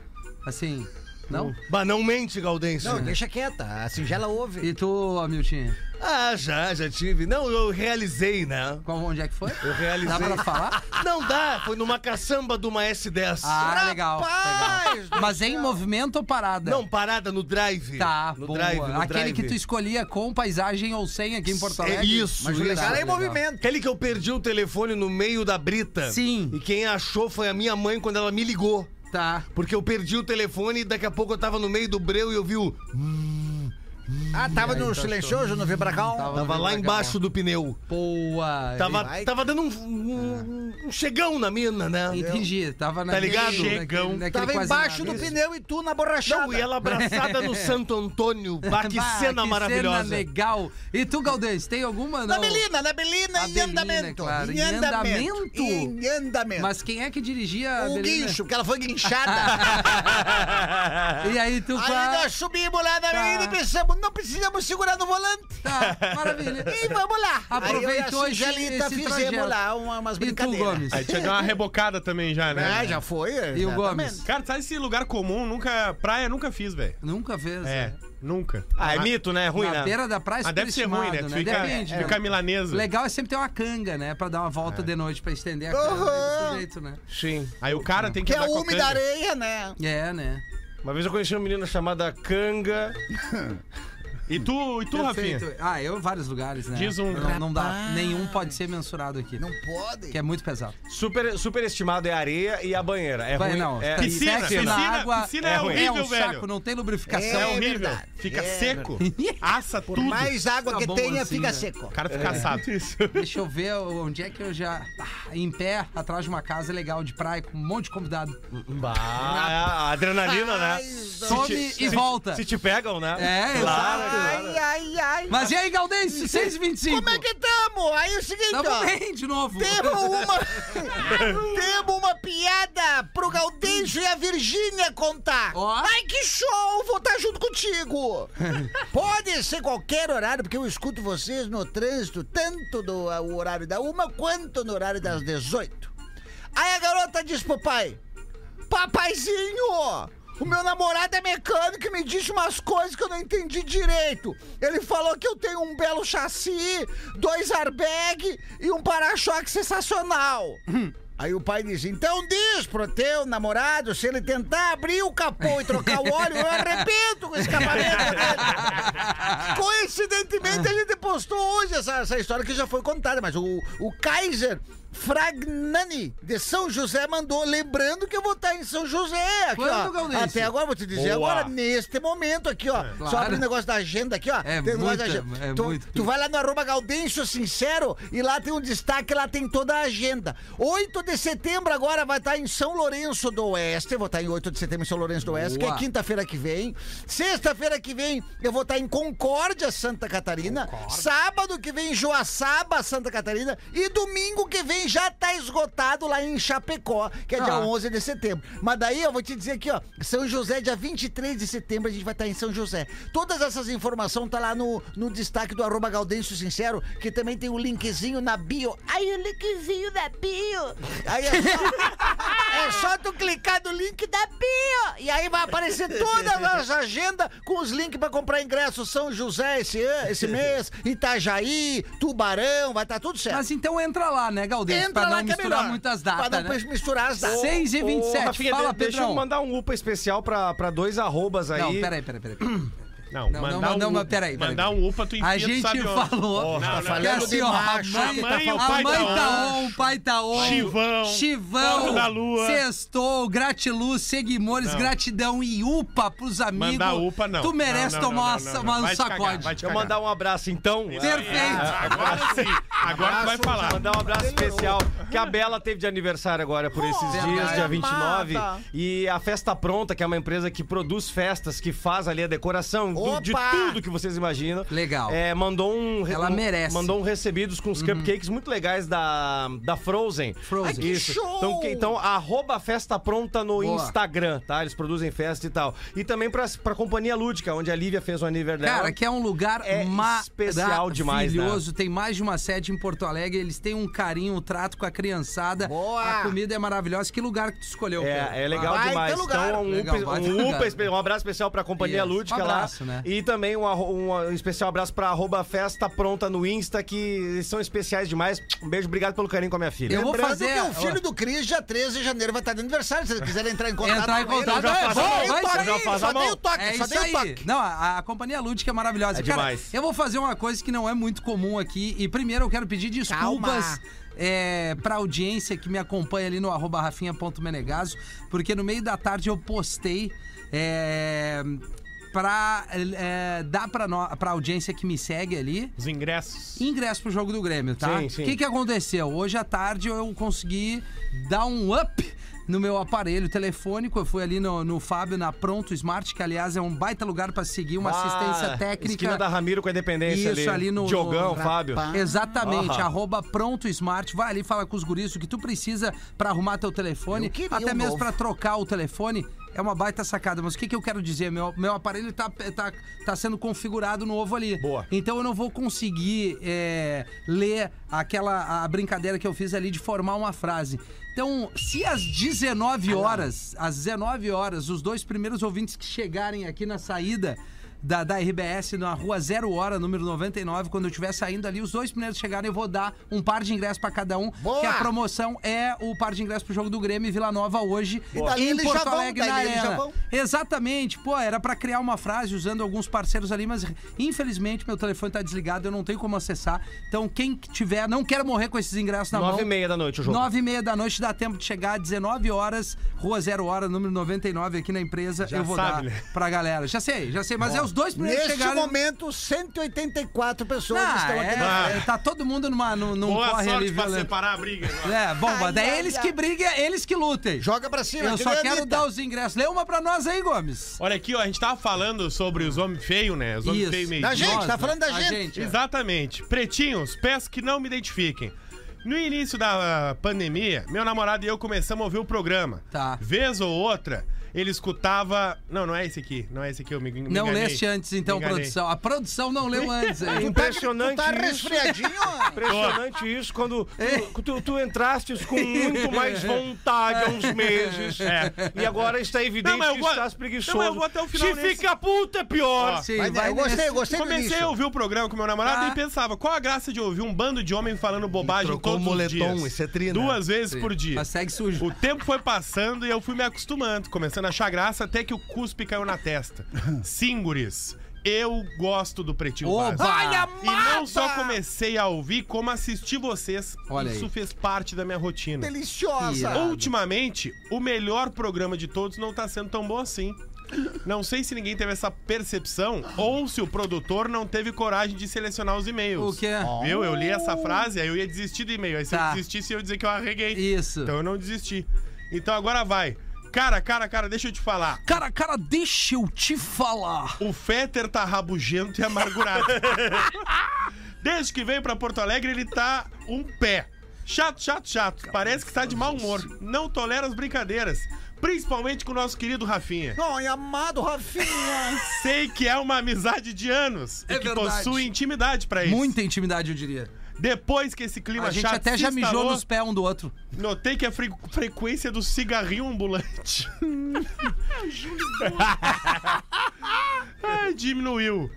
Speaker 4: Assim, não?
Speaker 8: Bah, não mente, Galdense.
Speaker 7: não, deixa quieta. A singela ouve.
Speaker 4: é. E tu, Amiltinho?
Speaker 8: Ah, já, já tive. Não, eu realizei, né?
Speaker 4: Qual, onde é que foi?
Speaker 8: Eu realizei.
Speaker 4: Dá pra
Speaker 8: [LAUGHS]
Speaker 4: falar?
Speaker 8: Não dá, foi numa caçamba de uma S10.
Speaker 4: Ah, legal.
Speaker 7: Rapaz
Speaker 4: legal. Mas é em movimento ou parada?
Speaker 8: Não, parada no drive.
Speaker 4: Tá,
Speaker 8: no
Speaker 4: boa.
Speaker 8: drive, no
Speaker 4: Aquele
Speaker 8: drive.
Speaker 4: que tu escolhia com paisagem ou sem aqui em Porto
Speaker 8: É
Speaker 4: Alegre.
Speaker 8: isso,
Speaker 4: Mas
Speaker 8: isso.
Speaker 4: legal,
Speaker 8: Cara, é
Speaker 4: legal.
Speaker 8: Aquele que eu perdi o telefone no meio da brita.
Speaker 4: Sim.
Speaker 8: E quem achou foi a minha mãe quando ela me ligou.
Speaker 4: Tá.
Speaker 8: Porque eu perdi o telefone e daqui a pouco eu tava no meio do breu e eu vi o...
Speaker 7: Ah, tava
Speaker 4: tá
Speaker 7: no silencioso, no vibracal.
Speaker 4: no
Speaker 8: Tava
Speaker 4: meio
Speaker 8: lá
Speaker 4: da
Speaker 8: embaixo do pneu.
Speaker 4: cama. Boa.
Speaker 8: Tava, tava dando um,
Speaker 4: Ah.
Speaker 8: um- um chegão na mina, né?
Speaker 4: Entendi. Tava na.
Speaker 8: Tá ligado?
Speaker 9: Chegão.
Speaker 7: Tava embaixo do pneu e tu na borrachada.
Speaker 8: Não, e ela abraçada
Speaker 4: [LAUGHS]
Speaker 8: no Santo Antônio. [LAUGHS] Bah, que cena maravilhosa.
Speaker 4: Cena legal. E tu, Galdês, tem alguma? Não.
Speaker 7: Na Belina, na Belina, em
Speaker 4: Abelina,
Speaker 7: andamento.
Speaker 4: claro,
Speaker 7: Em
Speaker 4: em
Speaker 7: andamento.
Speaker 4: andamento.
Speaker 7: Em andamento.
Speaker 4: Mas quem é que dirigia a
Speaker 7: o
Speaker 4: Belina?
Speaker 7: Um guincho, porque ela foi guinchada.
Speaker 4: E aí [LAUGHS] tu Tá.
Speaker 7: Aí
Speaker 4: fala-
Speaker 7: nós subimos lá na Belina e pensamos, não precisamos segurar no volante.
Speaker 4: Tá,
Speaker 7: [LAUGHS]
Speaker 4: maravilha.
Speaker 7: E
Speaker 4: [LAUGHS]
Speaker 7: vamos lá.
Speaker 4: Aproveitou
Speaker 7: Aí eu e
Speaker 4: esse-
Speaker 7: a Singelita
Speaker 4: esse
Speaker 7: fizemos
Speaker 4: trajeto.
Speaker 7: lá uma, umas
Speaker 4: E tu,
Speaker 7: brincadeiras.
Speaker 4: Gomes?
Speaker 9: Aí tinha dado uma rebocada também já, né?
Speaker 7: Ah, já foi.
Speaker 4: E o
Speaker 7: exatamente.
Speaker 8: É.
Speaker 4: Gomes?
Speaker 9: Cara, sabe esse lugar comum? Nunca. Praia nunca fiz, velho.
Speaker 4: Nunca fez.
Speaker 9: É,
Speaker 4: né?
Speaker 9: nunca.
Speaker 8: Ah, é
Speaker 9: Mas-
Speaker 8: mito, né? É ruim,
Speaker 4: Na
Speaker 8: né?
Speaker 4: beira da praia,
Speaker 9: Ah, deve ser ruim, né?
Speaker 4: superestimado,
Speaker 9: Tu Fica,
Speaker 4: Depende.
Speaker 9: fica
Speaker 4: né?
Speaker 9: milanesa.
Speaker 4: Legal é sempre ter uma canga, né? Pra dar uma
Speaker 8: É.
Speaker 4: volta de noite, pra estender a canga. Desse jeito, né?
Speaker 8: Sim.
Speaker 9: Aí o cara tem que
Speaker 7: Que é
Speaker 9: andar com a
Speaker 7: úmida
Speaker 9: canga.
Speaker 7: areia, né?
Speaker 4: É, né?
Speaker 8: Uma vez eu conheci uma menina chamada Canga. né?
Speaker 9: E tu, e tu Rafinha?
Speaker 4: Perfeito. Ah, eu em vários lugares, né?
Speaker 9: Diz um.
Speaker 4: Não, não dá. Nenhum pode ser mensurado aqui.
Speaker 7: Não pode.
Speaker 4: Que é muito pesado.
Speaker 8: Super, superestimado é a areia e a banheira. É
Speaker 4: Vai,
Speaker 8: ruim.
Speaker 4: não.
Speaker 8: É,
Speaker 4: tá-
Speaker 9: Piscina,
Speaker 4: sexo na
Speaker 9: piscina,
Speaker 4: água
Speaker 9: piscina
Speaker 8: é
Speaker 4: um
Speaker 9: horrível,
Speaker 4: saco,
Speaker 9: velho.
Speaker 4: não tem lubrificação.
Speaker 9: É
Speaker 7: É
Speaker 9: horrível.
Speaker 7: verdade.
Speaker 9: Fica
Speaker 7: É
Speaker 9: seco. Assa
Speaker 7: Por
Speaker 9: tudo.
Speaker 7: mais água
Speaker 4: Tá
Speaker 7: que
Speaker 4: bom
Speaker 7: tenha,
Speaker 4: assim,
Speaker 7: fica
Speaker 4: né?
Speaker 7: seco.
Speaker 9: O cara fica assado.
Speaker 4: [LAUGHS] [LAUGHS] Deixa eu ver onde é que eu já. Ah, em pé, atrás de uma casa legal de praia, com um monte de convidado.
Speaker 8: Bah, a adrenalina, né?
Speaker 4: Some e volta.
Speaker 8: Se te pegam, né?
Speaker 4: É,
Speaker 8: Claro,
Speaker 4: exato.
Speaker 8: claro.
Speaker 7: Ai, ai, ai.
Speaker 4: Mas e aí, Galdense? 6h25.
Speaker 7: Como é que tamo? Aí é o seguinte,
Speaker 4: Tamo
Speaker 7: ó.
Speaker 4: bem de novo.
Speaker 7: Temos
Speaker 4: [LAUGHS]
Speaker 7: uma... Temos uma piada pro Gaudêncio e a Virgínia contar.
Speaker 4: Ó.
Speaker 7: Ai, que show! Vou estar
Speaker 4: [LAUGHS]
Speaker 7: junto contigo. Pode ser qualquer horário, porque eu escuto vocês no trânsito, tanto do ah, o horário da uma quanto no horário das 18. Aí a garota diz pro pai, Papaizinho, o meu namorado é mecânico e me disse umas coisas que eu não entendi direito. Ele falou que eu tenho um belo chassi, dois airbag e um para-choque sensacional. Aí o pai diz: então diz pro teu namorado, se ele tentar abrir o capô e trocar o óleo, eu arrebento com o escapamento dele. Coincidentemente, a gente postou hoje essa, essa história que já foi contada, mas o, o Kaiser Fragnani de São José mandou, lembrando que eu vou estar em São José. Aqui,
Speaker 4: Quando,
Speaker 7: ó,
Speaker 4: Gaudêncio?
Speaker 7: até agora, vou te dizer
Speaker 8: Boa.
Speaker 7: agora, neste momento aqui, ó.
Speaker 4: Claro.
Speaker 7: Só abre o negócio da agenda aqui, ó.
Speaker 4: É
Speaker 7: tem um negócio
Speaker 4: muita,
Speaker 7: da agenda.
Speaker 4: é
Speaker 7: tu,
Speaker 4: muito.
Speaker 7: tu vai lá no arroba Gaudêncio Sincero e lá tem um destaque, lá tem toda a agenda. 8 de setembro agora vai estar em São Lourenço do Oeste. Vou estar em 8 de setembro em São Lourenço do Oeste,
Speaker 4: Boa.
Speaker 7: que é quinta-feira que vem. Sexta-feira que vem eu vou estar em Concórdia, Santa Catarina. Sábado que vem em Joaçaba, Santa Catarina. E domingo que vem já tá esgotado lá em Chapecó, que é dia
Speaker 4: Ah.
Speaker 7: 11 de setembro. Mas daí eu vou te dizer aqui, ó, São José, dia 23 de setembro, a gente vai estar em São José. Todas essas informações tá lá no, no destaque do arroba Gaudêncio Sincero, que também tem o linkzinho na bio. Aí o linkzinho da bio. Aí é só, é só tu clicar no link da bio. E aí vai aparecer toda a nossa agenda com os links pra comprar ingresso São José esse,
Speaker 4: [LAUGHS]
Speaker 7: ano, esse mês, Itajaí, Tubarão, vai estar tudo certo.
Speaker 4: Mas então entra lá, né, Galdense? Pra não misturar muitas datas.
Speaker 7: é Pra um não
Speaker 4: né?
Speaker 7: misturar as datas.
Speaker 4: 6 e 27
Speaker 8: Ô, Rafinha,
Speaker 4: Fala,
Speaker 8: de- deixa
Speaker 4: Pedrão.
Speaker 8: eu mandar um UPA especial pra, pra dois arrobas aí.
Speaker 4: Não, peraí, peraí, peraí.
Speaker 9: Não,
Speaker 4: Não,
Speaker 9: mandar
Speaker 4: não,
Speaker 9: um
Speaker 4: não, mas
Speaker 9: UPA.
Speaker 4: peraí, peraí.
Speaker 9: Mandar um UPA, tu enfia,
Speaker 4: A
Speaker 9: tu
Speaker 4: gente
Speaker 9: sabe onde.
Speaker 4: falou.
Speaker 9: Porra,
Speaker 4: Não,
Speaker 9: tá
Speaker 4: não,
Speaker 9: falando
Speaker 4: que
Speaker 7: de
Speaker 4: assim, ó,
Speaker 7: macho.
Speaker 4: A mãe,
Speaker 9: A mãe e o
Speaker 4: a
Speaker 9: pai
Speaker 4: mãe
Speaker 9: tá
Speaker 4: tá
Speaker 9: on.
Speaker 4: on, o pai tá on.
Speaker 9: Chivão.
Speaker 4: Chivão.
Speaker 9: Porto da Lua.
Speaker 4: Sextou, gratiluz, seguimores, gratidão e upa pros amigos.
Speaker 9: Mandar UPA, não.
Speaker 4: Tu merece
Speaker 9: Não, não,
Speaker 4: tomar
Speaker 9: não,
Speaker 4: uma-
Speaker 9: não, não.
Speaker 4: uma- um
Speaker 9: Vai te cagar,
Speaker 4: sacode.
Speaker 9: vai te É,
Speaker 8: Eu
Speaker 9: cagar.
Speaker 8: mandar um abraço, então.
Speaker 4: Perfeito.
Speaker 9: Agora sim. Agora tu vai falar.
Speaker 8: Mandar um abraço especial
Speaker 6: que a Bela teve de aniversário agora por esses
Speaker 10: Oh,
Speaker 6: dias, dia
Speaker 10: amada.
Speaker 6: 29. E a Festa Pronta, que é uma empresa que produz festas, que faz ali a decoração do- de
Speaker 7: Opa!
Speaker 6: tudo que vocês imaginam.
Speaker 4: Legal.
Speaker 6: É, mandou um. re-
Speaker 4: Ela
Speaker 6: um-
Speaker 4: merece. Uhum.
Speaker 6: Mandou um recebidos com os cupcakes muito legais da, da Frozen.
Speaker 4: Frozen. Ai, que
Speaker 6: Isso.
Speaker 7: show!
Speaker 6: Então, que- então, arroba Festa Pronta no
Speaker 4: Boa.
Speaker 6: Instagram, tá? Eles produzem festa e tal. E também pra, pra Companhia Lúdica, onde a Lívia fez o aniversário dela.
Speaker 4: Cara, que é um lugar
Speaker 6: É especial demais, né?
Speaker 4: maravilhoso. Tem mais de uma sede em Porto Alegre. Eles têm um carinho, um trato com a criançada.
Speaker 7: Boa!
Speaker 4: A comida é maravilhosa. Que lugar que tu escolheu? cara?
Speaker 6: É, é legal
Speaker 7: Vai ter
Speaker 6: demais.
Speaker 7: lugar.
Speaker 6: Então, um,
Speaker 4: Legal,
Speaker 6: upa-
Speaker 4: vai ter
Speaker 6: um,
Speaker 4: lugar.
Speaker 6: upa espe- um abraço especial pra Companhia
Speaker 4: Isso, um
Speaker 6: Lúdica
Speaker 4: abraço,
Speaker 6: lá.
Speaker 4: né?
Speaker 6: E também um, arro- um, um especial abraço pra arroba festa pronta no Insta, que eles são especiais demais. Um beijo, obrigado pelo carinho com a minha filha.
Speaker 4: Eu vou
Speaker 7: Lembrando
Speaker 4: fazer-
Speaker 6: é
Speaker 7: que é o filho
Speaker 4: ó.
Speaker 7: do Cris, dia 13 de janeiro, vai estar de aniversário. Se ele quiser entrar em contato
Speaker 4: Entrar em
Speaker 7: com ele,
Speaker 4: contato,
Speaker 7: já
Speaker 4: é,
Speaker 7: faz-
Speaker 4: bom,
Speaker 7: só dei o
Speaker 4: vai
Speaker 7: toque,
Speaker 4: sair.
Speaker 7: Só dei o toque,
Speaker 4: É
Speaker 7: só
Speaker 4: isso
Speaker 7: dei o
Speaker 4: aí.
Speaker 7: toque.
Speaker 4: Não, a, a companhia lúdica é maravilhosa.
Speaker 6: É
Speaker 4: Cara,
Speaker 6: demais.
Speaker 4: eu vou fazer uma coisa que não é muito comum aqui. E primeiro eu quero pedir desculpas
Speaker 7: Calma.
Speaker 4: é, pra audiência que me acompanha ali no arroba rafinha.menegaso, porque no meio da tarde eu postei. É, pra é, dar pra, no, pra audiência que me segue ali
Speaker 9: Os ingressos.
Speaker 4: ingresso pro jogo do Grêmio, tá?
Speaker 6: Sim, sim.
Speaker 4: O que, que aconteceu? Hoje à tarde eu consegui dar um up no meu aparelho telefônico. Eu fui ali no, no Fábio, na Pronto Smart, que aliás é um baita lugar pra seguir uma assistência
Speaker 6: Ah,
Speaker 4: técnica.
Speaker 6: Esquina da Ramiro com a Independência
Speaker 4: Isso, ali no-
Speaker 6: Diogão,
Speaker 4: no-
Speaker 6: Fábio.
Speaker 4: Exatamente,
Speaker 6: Ah.
Speaker 4: arroba Pronto Smart. Vai ali, fala com os guris o que tu precisa pra arrumar teu telefone,
Speaker 7: Eu queria
Speaker 4: até
Speaker 7: um
Speaker 4: mesmo
Speaker 7: novo.
Speaker 4: pra trocar o telefone. É uma baita sacada, mas o que, que eu quero dizer? Meu, meu aparelho tá, tá, tá sendo configurado novo ali.
Speaker 6: Boa.
Speaker 4: Então eu não vou conseguir é, ler aquela a brincadeira que eu fiz ali de formar uma frase. Então, se às 19 horas, às 19 horas, os dois primeiros ouvintes que chegarem aqui na saída da, da RBS, na rua 0 hora, número 99, quando eu estiver saindo ali, os dois primeiros que chegarem, eu vou dar um par de ingressos pra cada um.
Speaker 7: Boa!
Speaker 4: Que a promoção é o par de ingressos pro jogo do Grêmio e Vila Nova hoje.
Speaker 7: E dali
Speaker 4: em
Speaker 7: eles já
Speaker 4: Porto
Speaker 7: vão,
Speaker 4: Alegre,
Speaker 7: dali
Speaker 4: na
Speaker 7: eles já
Speaker 4: Arena.
Speaker 7: vão.
Speaker 4: Exatamente, pô, era pra criar uma frase usando alguns parceiros ali, mas infelizmente meu telefone tá desligado, eu não tenho como acessar. Então quem que tiver, não quero morrer com esses ingressos na
Speaker 6: Nove e
Speaker 4: mão.
Speaker 6: meia da noite o jogo.
Speaker 4: 9 e meia da noite dá tempo de chegar, 19 horas, Rua Zero Hora, número 99, aqui na empresa. eu vou
Speaker 9: sabe,
Speaker 4: dar
Speaker 9: né?
Speaker 4: pra galera. Já sei, já sei, mas é os dois primeiros que
Speaker 7: Neste
Speaker 4: chegaram.
Speaker 7: momento, 184 pessoas
Speaker 4: Ah,
Speaker 7: estão aqui.
Speaker 4: é,
Speaker 9: dentro.
Speaker 4: é, tá todo mundo numa, num, num
Speaker 9: Boa
Speaker 4: corre ali
Speaker 9: sorte pra
Speaker 4: violento.
Speaker 9: separar a briga. agora.
Speaker 4: É, bom, mas
Speaker 7: Ai,
Speaker 4: daí
Speaker 7: ai,
Speaker 4: eles
Speaker 7: ai.
Speaker 4: que brigam, eles que lutem.
Speaker 7: Joga pra cima.
Speaker 4: Eu
Speaker 7: que
Speaker 4: só
Speaker 7: nem a
Speaker 4: quero
Speaker 7: Anitta.
Speaker 4: dar os ingressos. Lê uma pra nós aí, Gomes.
Speaker 9: Olha aqui, ó, a gente tava falando sobre os homens feios, né? Os homens
Speaker 4: Isso.
Speaker 9: feios meio
Speaker 7: Da
Speaker 9: idiotas.
Speaker 7: gente,
Speaker 4: Nós,
Speaker 7: tá
Speaker 4: né?
Speaker 7: falando da
Speaker 4: A
Speaker 7: gente.
Speaker 4: é.
Speaker 9: Exatamente. Pretinhos, peço que não me identifiquem. No início da ah, pandemia, meu namorado e eu começamos a ouvir o programa.
Speaker 4: Tá.
Speaker 9: Vez ou outra, ele escutava. Não, não é esse aqui. Não é esse aqui, eu me, me
Speaker 4: Não
Speaker 9: enganei.
Speaker 4: leste antes, então,
Speaker 9: Me enganei.
Speaker 4: produção. A produção não leu antes. hein?
Speaker 6: Impressionante
Speaker 7: Tá
Speaker 4: [LAUGHS]
Speaker 6: isso.
Speaker 7: resfriadinho? ó.
Speaker 6: Impressionante isso, quando
Speaker 9: É.
Speaker 6: tu, tu, tu entraste com muito mais vontade há uns meses.
Speaker 9: É.
Speaker 6: E agora está evidente
Speaker 9: Não, mas eu
Speaker 6: que
Speaker 9: vou-
Speaker 6: estás preguiçoso.
Speaker 9: Não, mas eu vou até o final
Speaker 6: Se
Speaker 9: nesse.
Speaker 6: fica puta, é pior.
Speaker 9: Ó,
Speaker 4: Sim,
Speaker 7: Mas,
Speaker 4: vai
Speaker 7: eu gostei,
Speaker 4: nesse-
Speaker 7: eu gostei do
Speaker 9: Comecei
Speaker 7: início.
Speaker 9: a ouvir o programa com meu namorado
Speaker 4: Tá.
Speaker 9: e pensava, qual a graça de ouvir um bando de homem falando bobagem
Speaker 8: Ah. trocou
Speaker 9: todos
Speaker 8: o moletom,
Speaker 9: os dias?
Speaker 8: isso é tri, né?
Speaker 9: Duas vezes por dia.
Speaker 4: Mas segue sujo.
Speaker 9: O tempo foi passando e eu fui me acostumando, começando a achar graça até que o cuspe caiu na testa.
Speaker 8: [LAUGHS]
Speaker 9: Sim, guris, eu gosto do Pretinho
Speaker 4: Oba!
Speaker 9: Básico.
Speaker 4: Olha,
Speaker 9: E não só comecei a ouvir, como assisti vocês.
Speaker 4: Olha
Speaker 9: Isso
Speaker 4: aí.
Speaker 9: fez parte da minha rotina.
Speaker 7: Deliciosa.
Speaker 4: Irado.
Speaker 9: Ultimamente, o melhor programa de todos não tá sendo tão bom assim. Não sei se ninguém teve essa percepção ou se o produtor não teve coragem de selecionar os e-mails.
Speaker 4: O quê?
Speaker 9: Viu? Eu li essa frase, aí eu ia desistir do e-mail. Aí se
Speaker 4: Tá.
Speaker 9: eu desistisse, eu ia dizer que eu arreguei.
Speaker 4: Isso.
Speaker 9: Então eu não desisti. Então agora vai. Cara, cara, cara, deixa eu te falar.
Speaker 4: Cara, cara, deixa eu te falar.
Speaker 9: O Fetter tá rabugento e
Speaker 4: [LAUGHS]
Speaker 9: amargurado. Desde que veio pra Porto Alegre, ele tá um pé. Chato, chato, chato. Parece que tá de mau humor. Não tolera as brincadeiras. Principalmente com o nosso querido Rafinha.
Speaker 7: Ai, amado Rafinha.
Speaker 9: Sei que é uma amizade de anos
Speaker 4: É
Speaker 9: e que
Speaker 4: verdade.
Speaker 9: possui intimidade pra isso.
Speaker 4: Muita intimidade, eu diria.
Speaker 9: Depois que esse clima
Speaker 4: A gente
Speaker 9: chato
Speaker 4: até
Speaker 9: se
Speaker 4: já mijou
Speaker 9: instalou,
Speaker 4: nos pés um do outro.
Speaker 9: notei que a fre- frequência do cigarrinho ambulante [LAUGHS] Ai, É, diminuiu.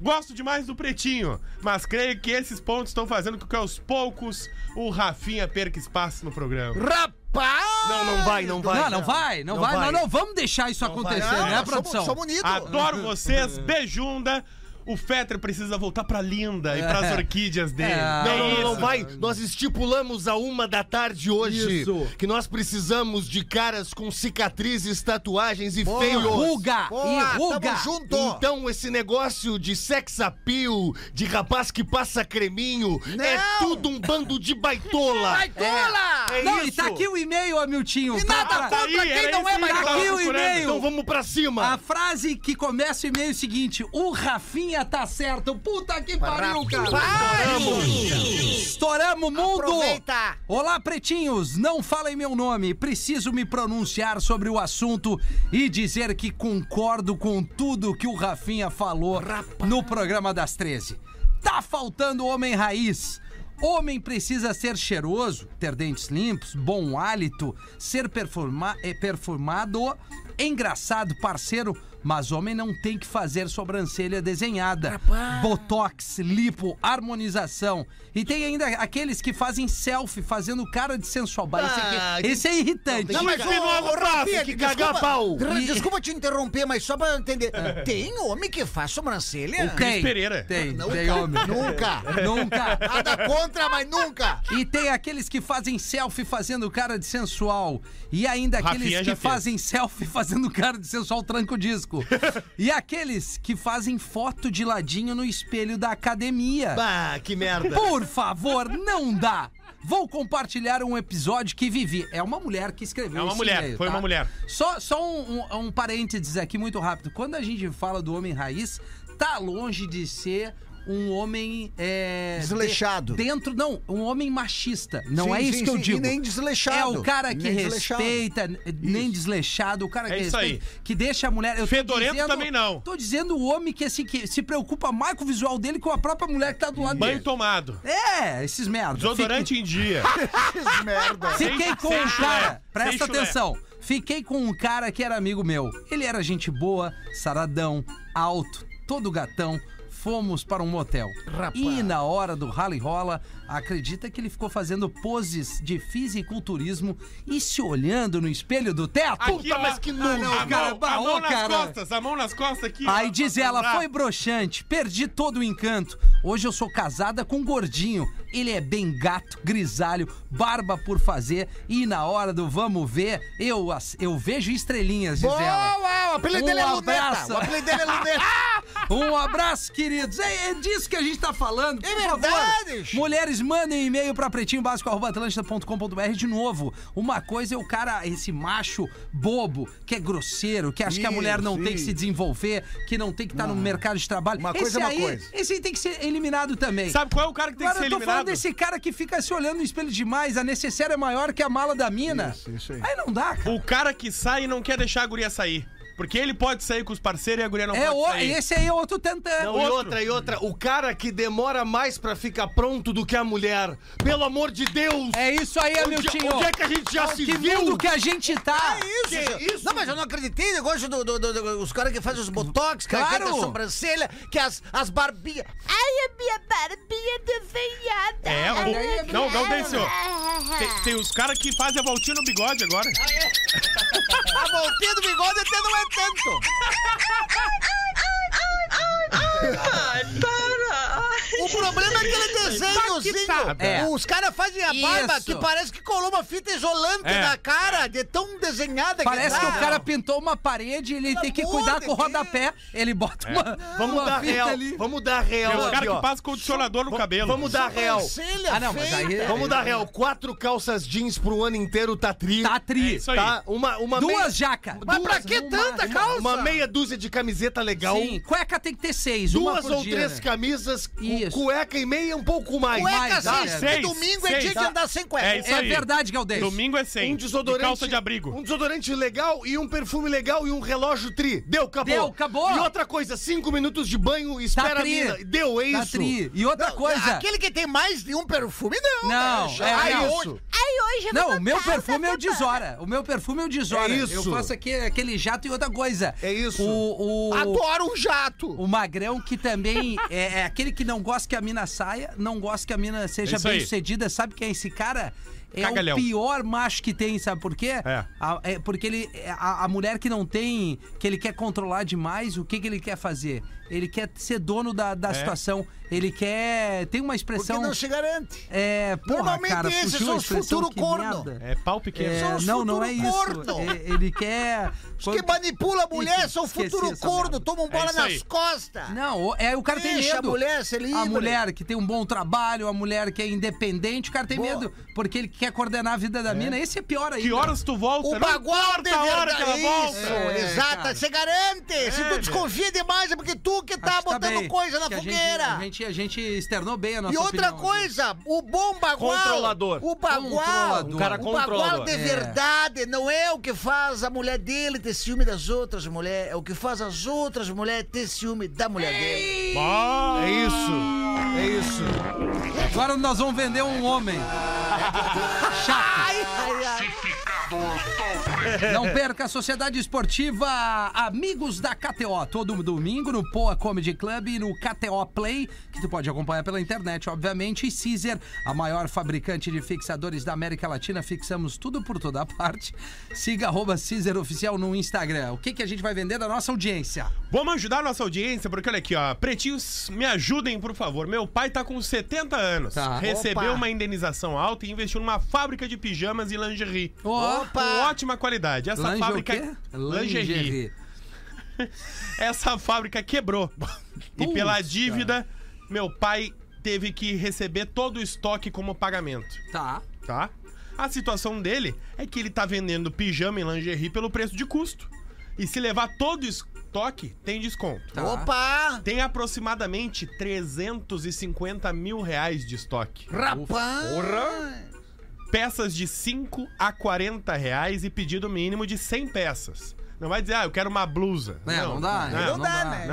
Speaker 9: Gosto demais do Pretinho, mas creio que esses pontos estão fazendo com que aos poucos o Rafinha perca espaço no programa.
Speaker 7: Rapaz!
Speaker 6: Não, não vai, não vai.
Speaker 4: não, não vai, não, vai. Não, não, vamos deixar isso acontecer, né,
Speaker 7: sou,
Speaker 4: produção?
Speaker 6: [LAUGHS]
Speaker 7: sou bonito.
Speaker 9: Adoro vocês, beijunda. O Fetter precisa voltar pra linda e pras orquídeas dele.
Speaker 4: É.
Speaker 9: Não,
Speaker 4: É
Speaker 9: não, não, não,
Speaker 4: isso.
Speaker 9: vai.
Speaker 8: vai. Nós estipulamos a uma da tarde hoje
Speaker 4: Isso.
Speaker 8: que nós precisamos de caras com cicatrizes, tatuagens e feios.
Speaker 4: Ruga!
Speaker 7: Boa,
Speaker 4: e ruga!
Speaker 7: tamo junto!
Speaker 8: Então, esse negócio de sex appeal, de rapaz que passa creminho, é
Speaker 7: Não.
Speaker 8: tudo um bando de baitola.
Speaker 7: Baitola!
Speaker 8: É
Speaker 4: Não,
Speaker 8: isso.
Speaker 4: e tá aqui o e-mail, Amiltinho.
Speaker 7: E
Speaker 4: tá
Speaker 7: nada
Speaker 4: pra-
Speaker 9: tá aí,
Speaker 7: contra
Speaker 9: era
Speaker 7: quem não é
Speaker 9: isso aí,
Speaker 7: mais
Speaker 9: cara.
Speaker 4: Aqui o
Speaker 8: Então
Speaker 4: e-mail.
Speaker 8: vamos pra cima.
Speaker 4: A frase que começa o e-mail é o seguinte: o Rafinha tá certo. Puta que pariu, cara. Estouramos o mundo.
Speaker 7: Aproveita.
Speaker 4: Olá, pretinhos. Não falem meu nome. Preciso me pronunciar sobre o assunto e dizer que concordo com tudo que o Rafinha falou no programa das 13. Tá faltando homem raiz. Homem precisa ser cheiroso, ter dentes limpos, bom hálito, ser performa eh, perfumado, engraçado, parceiro, mas homem não tem que fazer sobrancelha desenhada. Botox, lipo, harmonização. E tem ainda aqueles que fazem selfie fazendo cara de sensual. Bah, esse, aqui-
Speaker 8: Ah,
Speaker 4: esse é irritante.
Speaker 8: Não, mas
Speaker 7: ô,
Speaker 8: Pinóquio,
Speaker 7: ô,
Speaker 8: pá,
Speaker 7: Rafinha,
Speaker 8: tem que cagar pau.
Speaker 7: Dra-
Speaker 4: E- É.
Speaker 7: Desculpa te interromper, mas só pra eu entender. Tem homem que faz sobrancelha?
Speaker 4: Tem,
Speaker 9: Pereira.
Speaker 4: tem,
Speaker 7: Nunca,
Speaker 4: tem homem.
Speaker 7: Nunca.
Speaker 4: Nunca.
Speaker 7: Nada contra, mas nunca.
Speaker 4: E tem aqueles que fazem selfie fazendo cara de sensual. E ainda aqueles
Speaker 9: Rafinha
Speaker 4: que
Speaker 9: já fez.
Speaker 4: fazem selfie [LAUGHS] fazendo cara de sensual
Speaker 9: [LAUGHS]
Speaker 4: tranco-disco. e aqueles que fazem foto de ladinho no espelho da academia.
Speaker 8: Bah, que merda.
Speaker 4: Por favor, não dá! Vou compartilhar um episódio que vivi. É uma mulher que escreveu
Speaker 9: É uma
Speaker 4: esse
Speaker 9: mulher,
Speaker 4: e-mail,
Speaker 9: foi
Speaker 4: tá?
Speaker 9: uma mulher.
Speaker 4: Só, só um, um- um parênteses aqui muito rápido. Quando a gente fala do homem raiz, tá longe de ser um homem. É,
Speaker 7: Desleixado.
Speaker 4: de- dentro, não, um homem machista. Não
Speaker 7: Sim,
Speaker 4: é isso
Speaker 7: sim,
Speaker 4: que eu
Speaker 7: sim, e
Speaker 4: digo.
Speaker 7: nem desleixado.
Speaker 4: É o cara que
Speaker 7: Nem desleixado.
Speaker 4: respeita, nem desleixado, o cara que
Speaker 9: É isso aí.
Speaker 4: respeita, que deixa a mulher. Eu tô
Speaker 9: Fedorento também não.
Speaker 4: Tô dizendo o homem que, assim, que se preocupa mais com o visual dele que com a própria mulher que tá do lado dele.
Speaker 9: Banho tomado.
Speaker 4: É, esses merda.
Speaker 9: Desodorante em dia.
Speaker 7: Merda.
Speaker 4: Fiquei, fiquei com
Speaker 9: sem
Speaker 4: um
Speaker 9: chulé,
Speaker 4: cara,
Speaker 9: sem
Speaker 4: presta
Speaker 9: chulé.
Speaker 4: atenção. Fiquei com um cara que era amigo meu. Ele era gente boa, saradão, alto, todo gatão. Fomos para um motel. E na hora do rally rola, acredita que ele ficou fazendo poses de fisiculturismo e se olhando no espelho do teto?
Speaker 9: ó.
Speaker 8: mas que nojo.
Speaker 9: A mão-
Speaker 4: cara,
Speaker 9: a
Speaker 4: bah,
Speaker 9: mão
Speaker 4: ô,
Speaker 9: nas
Speaker 4: cara.
Speaker 9: costas, a mão nas costas aqui. ó,
Speaker 4: Aí diz
Speaker 9: pra
Speaker 4: ela,
Speaker 9: transar.
Speaker 4: foi broxante, perdi todo o encanto. Hoje eu sou casada com um gordinho. Ele é bem gato, grisalho, barba por fazer. E na hora do vamos ver, eu, as- eu vejo estrelinhas, diz ela.
Speaker 7: Boa, o apelido
Speaker 4: Um
Speaker 7: dele é Luneta.
Speaker 4: abraço.
Speaker 7: O apelido dele é Luneta.
Speaker 4: Um abraço, queridos. É, é disso que a gente tá falando. Por
Speaker 7: É
Speaker 4: favor.
Speaker 7: verdade.
Speaker 4: Mulheres, mandem e-mail pra pretinhobásico.com.br de novo. Uma coisa é o cara, esse macho bobo, que é grosseiro, que acha que a mulher não tem que se desenvolver, que não tem que estar no mercado de trabalho.
Speaker 7: Uma
Speaker 4: esse
Speaker 7: coisa é uma
Speaker 4: aí,
Speaker 7: coisa.
Speaker 4: Esse aí tem que ser eliminado também.
Speaker 9: Sabe qual é o cara que tem
Speaker 4: Agora
Speaker 9: que ser
Speaker 4: eu tô falando
Speaker 9: eliminado?
Speaker 4: desse cara que fica se olhando no espelho demais, a necessária é maior que a mala da mina. Isso, isso aí. aí não dá, cara.
Speaker 9: O cara que sai e não quer deixar a guria sair. Porque ele pode sair com os parceiros e a guria não
Speaker 4: É
Speaker 9: pode
Speaker 4: o,
Speaker 9: sair.
Speaker 4: esse aí é outro tentando.
Speaker 8: Não, e outra, e outra. O cara que demora mais pra ficar pronto do que a mulher. Pelo amor de Deus.
Speaker 4: É isso aí,
Speaker 8: onde,
Speaker 4: Amiltinho.
Speaker 8: onde é que a gente já se
Speaker 4: Que
Speaker 8: viu?
Speaker 4: mundo que a gente tá!
Speaker 7: Tá É Isso, senhor.
Speaker 8: isso?
Speaker 7: Não, mas eu não acreditei. Eu gosto dos do, do, do- os caras que fazem os botox, cara, que
Speaker 4: Claro.
Speaker 7: tem a sobrancelha, que as, as barbinhas.
Speaker 6: Ai, a minha barbinha desenhada.
Speaker 9: É, o... Não, não
Speaker 8: é,
Speaker 9: tem, senhor. Tem, tem os caras que fazem a voltinha no bigode agora.
Speaker 7: A voltinha do bigode até não é tanto. O problema é aquele desenhozinho.
Speaker 8: tá.
Speaker 4: É.
Speaker 7: Os caras fazem a barba
Speaker 4: Isso.
Speaker 7: que parece que colou uma fita isolante
Speaker 9: É.
Speaker 7: na cara, de tão desenhada
Speaker 4: Parece
Speaker 7: que
Speaker 4: que
Speaker 7: tá.
Speaker 4: o cara pintou uma parede e ele tem que
Speaker 7: amor
Speaker 4: cuidar
Speaker 7: de
Speaker 4: com o rodapé. Ele bota uma,
Speaker 8: É. Vamos
Speaker 4: uma
Speaker 8: dar
Speaker 4: fita
Speaker 8: real.
Speaker 4: tá ali.
Speaker 8: Vamos dar
Speaker 9: Tem
Speaker 8: real.
Speaker 9: os
Speaker 8: aqui,
Speaker 9: caras
Speaker 8: ó.
Speaker 9: que passam condicionador no cabelo.
Speaker 8: Vamos dar real.
Speaker 7: Sobrancelha
Speaker 4: Ah, não, mas aí.
Speaker 7: feita.
Speaker 8: Vamos dar real. Quatro calças jeans pro ano inteiro tá tri.
Speaker 4: Tá tri.
Speaker 9: Isso aí.
Speaker 8: Tá? Uma, uma meia-
Speaker 4: Duas jaca.
Speaker 8: Mas pra
Speaker 4: Duas,
Speaker 8: que
Speaker 4: no
Speaker 8: tanta
Speaker 4: máximo.
Speaker 8: calça? Uma meia dúzia de camiseta legal.
Speaker 4: Sim, cueca tem que ter seis. uma
Speaker 8: Duas
Speaker 4: por
Speaker 8: ou
Speaker 4: dia,
Speaker 8: três é
Speaker 4: né?
Speaker 8: camisas, cu-
Speaker 4: Isso.
Speaker 8: cueca e meia um pouco mais.
Speaker 7: Cueca,
Speaker 4: mais,
Speaker 7: assim,
Speaker 4: dá,
Speaker 7: de
Speaker 9: seis,
Speaker 7: domingo é
Speaker 9: seis,
Speaker 7: dia de
Speaker 9: dá.
Speaker 7: andar sem cueca.
Speaker 9: É isso
Speaker 4: É
Speaker 9: aí.
Speaker 4: verdade, Galdês.
Speaker 9: Domingo é 100.
Speaker 8: Um desodorante.
Speaker 9: E calça de abrigo.
Speaker 8: Um desodorante legal e um perfume legal e um relógio tri. Deu, acabou.
Speaker 4: Deu, acabou.
Speaker 8: E outra coisa, cinco minutos de banho, espera
Speaker 4: Tá
Speaker 8: a
Speaker 4: tri.
Speaker 8: mina. Deu, é
Speaker 4: Tá
Speaker 8: isso.
Speaker 4: tri. E outra
Speaker 7: Não,
Speaker 4: coisa.
Speaker 7: Aquele que tem mais de um perfume, não.
Speaker 4: Não,
Speaker 7: né?
Speaker 4: é,
Speaker 7: Ai,
Speaker 4: não.
Speaker 7: hoje-
Speaker 8: Ah, Isso.
Speaker 6: Ai, hoje eu
Speaker 4: Não,
Speaker 6: vou
Speaker 4: o meu
Speaker 7: tá
Speaker 6: botar
Speaker 4: perfume
Speaker 6: essa
Speaker 4: eu desora. O meu perfume eu desora.
Speaker 8: É isso.
Speaker 4: Eu faço aqui, aquele jato e outra coisa.
Speaker 8: É isso.
Speaker 4: O, o,
Speaker 7: Adoro um jato.
Speaker 4: O magrão que também é, é aquele que não gosta que a mina saia, não gosta que a mina seja
Speaker 9: Isso
Speaker 4: bem
Speaker 9: aí.
Speaker 4: sucedida. Sabe quem é esse cara? é
Speaker 9: Cagalhão.
Speaker 4: o pior macho que tem, sabe por quê?
Speaker 9: É.
Speaker 4: A- é porque ele, a, a mulher que não tem, que ele quer controlar demais, o que, que ele quer fazer? Ele quer ser dono da, da
Speaker 7: É.
Speaker 4: situação. Ele quer. Tem uma expressão.
Speaker 7: Porque não se garante.
Speaker 4: um. É, porra,
Speaker 7: Normalmente
Speaker 4: cara,
Speaker 7: esses
Speaker 4: fugiu
Speaker 7: são
Speaker 4: a
Speaker 7: os
Speaker 4: expressão,
Speaker 7: futuro
Speaker 4: que
Speaker 7: corno.
Speaker 4: merda.
Speaker 9: É pau pequeno.
Speaker 4: É,
Speaker 9: São os
Speaker 4: não, não é
Speaker 7: futuro
Speaker 4: isso.
Speaker 7: corno.
Speaker 4: É, ele quer.
Speaker 7: Os que manipulam a mulher são
Speaker 4: Esqueci
Speaker 7: futuro
Speaker 4: essa
Speaker 7: corno,
Speaker 4: merda.
Speaker 9: É
Speaker 7: tomam bola
Speaker 4: isso
Speaker 7: nas
Speaker 4: aí.
Speaker 7: costas.
Speaker 4: Não, o- é o cara tem
Speaker 7: Deixa
Speaker 4: medo.
Speaker 7: a mulher ser livre.
Speaker 4: A mulher que tem um bom trabalho, a mulher que é independente, o cara tem medo porque ele quer coordenar a vida da mina. Esse é pior ainda.
Speaker 9: Que horas tu volta?
Speaker 7: O
Speaker 9: Não
Speaker 7: bagual
Speaker 9: importa
Speaker 7: de
Speaker 9: a hora
Speaker 7: verdade.
Speaker 9: que ela volta. É,
Speaker 7: Isso,
Speaker 4: É,
Speaker 7: exato.
Speaker 4: cara.
Speaker 7: Você garante. Se tu
Speaker 4: velho.
Speaker 7: desconfia demais é porque tu que tá
Speaker 4: Acho que
Speaker 7: botando
Speaker 4: bem.
Speaker 7: coisa na
Speaker 4: Acho que a gente-
Speaker 7: fogueira.
Speaker 4: A gente, a gente externou bem a nossa
Speaker 7: E outra
Speaker 4: opinião.
Speaker 7: coisa, o bom bagual.
Speaker 8: Controlador.
Speaker 7: O bagual.
Speaker 4: Controlador. Um cara
Speaker 7: o bagual
Speaker 8: controlador.
Speaker 7: de
Speaker 8: É.
Speaker 7: verdade não é o que faz a mulher dele ter ciúme das outras mulheres. É o que faz as outras mulheres ter ciúme da mulher dele.
Speaker 8: É isso. É isso.
Speaker 4: Agora nós vamos vender um homem. Chato.
Speaker 7: Ai, ai, ai.
Speaker 4: Não perca a Sociedade Esportiva Amigos da KTO, todo domingo no Poa Comedy Club e no KTO Play, que tu pode acompanhar pela internet, obviamente. E Caesar, a maior fabricante de fixadores da América Latina, fixamos tudo por toda parte. Siga arroba Caesar Oficial no Instagram. O que, que a gente vai vender da nossa audiência?
Speaker 9: Vamos ajudar a nossa audiência, porque olha aqui, ó. Pretinhos, me ajudem, por favor. Meu pai tá com 70 anos.
Speaker 4: Tá.
Speaker 9: Recebeu
Speaker 7: Opa.
Speaker 9: uma indenização alta e investiu numa fábrica de pijamas e lingerie.
Speaker 4: Ó.
Speaker 9: Com ótima qualidade. Essa
Speaker 4: Lange
Speaker 9: fábrica. é
Speaker 4: o quê?
Speaker 9: lingerie. essa fábrica quebrou. E pela
Speaker 4: Putz,
Speaker 9: dívida, meu pai teve que receber todo o estoque como pagamento,
Speaker 4: Tá.
Speaker 9: tá? A situação dele é que ele tá vendendo pijama e lingerie pelo preço de custo. E se levar todo o estoque, tem desconto.
Speaker 4: tá.
Speaker 7: Opa!
Speaker 9: Tem aproximadamente 350 mil reais de estoque.
Speaker 7: Rapaz!
Speaker 9: Peças de 5 a 40 reais e pedido mínimo de 100 peças. Não vai dizer, ah, eu quero uma blusa.
Speaker 4: É, não dá,
Speaker 9: Não,
Speaker 4: não dá,
Speaker 7: né?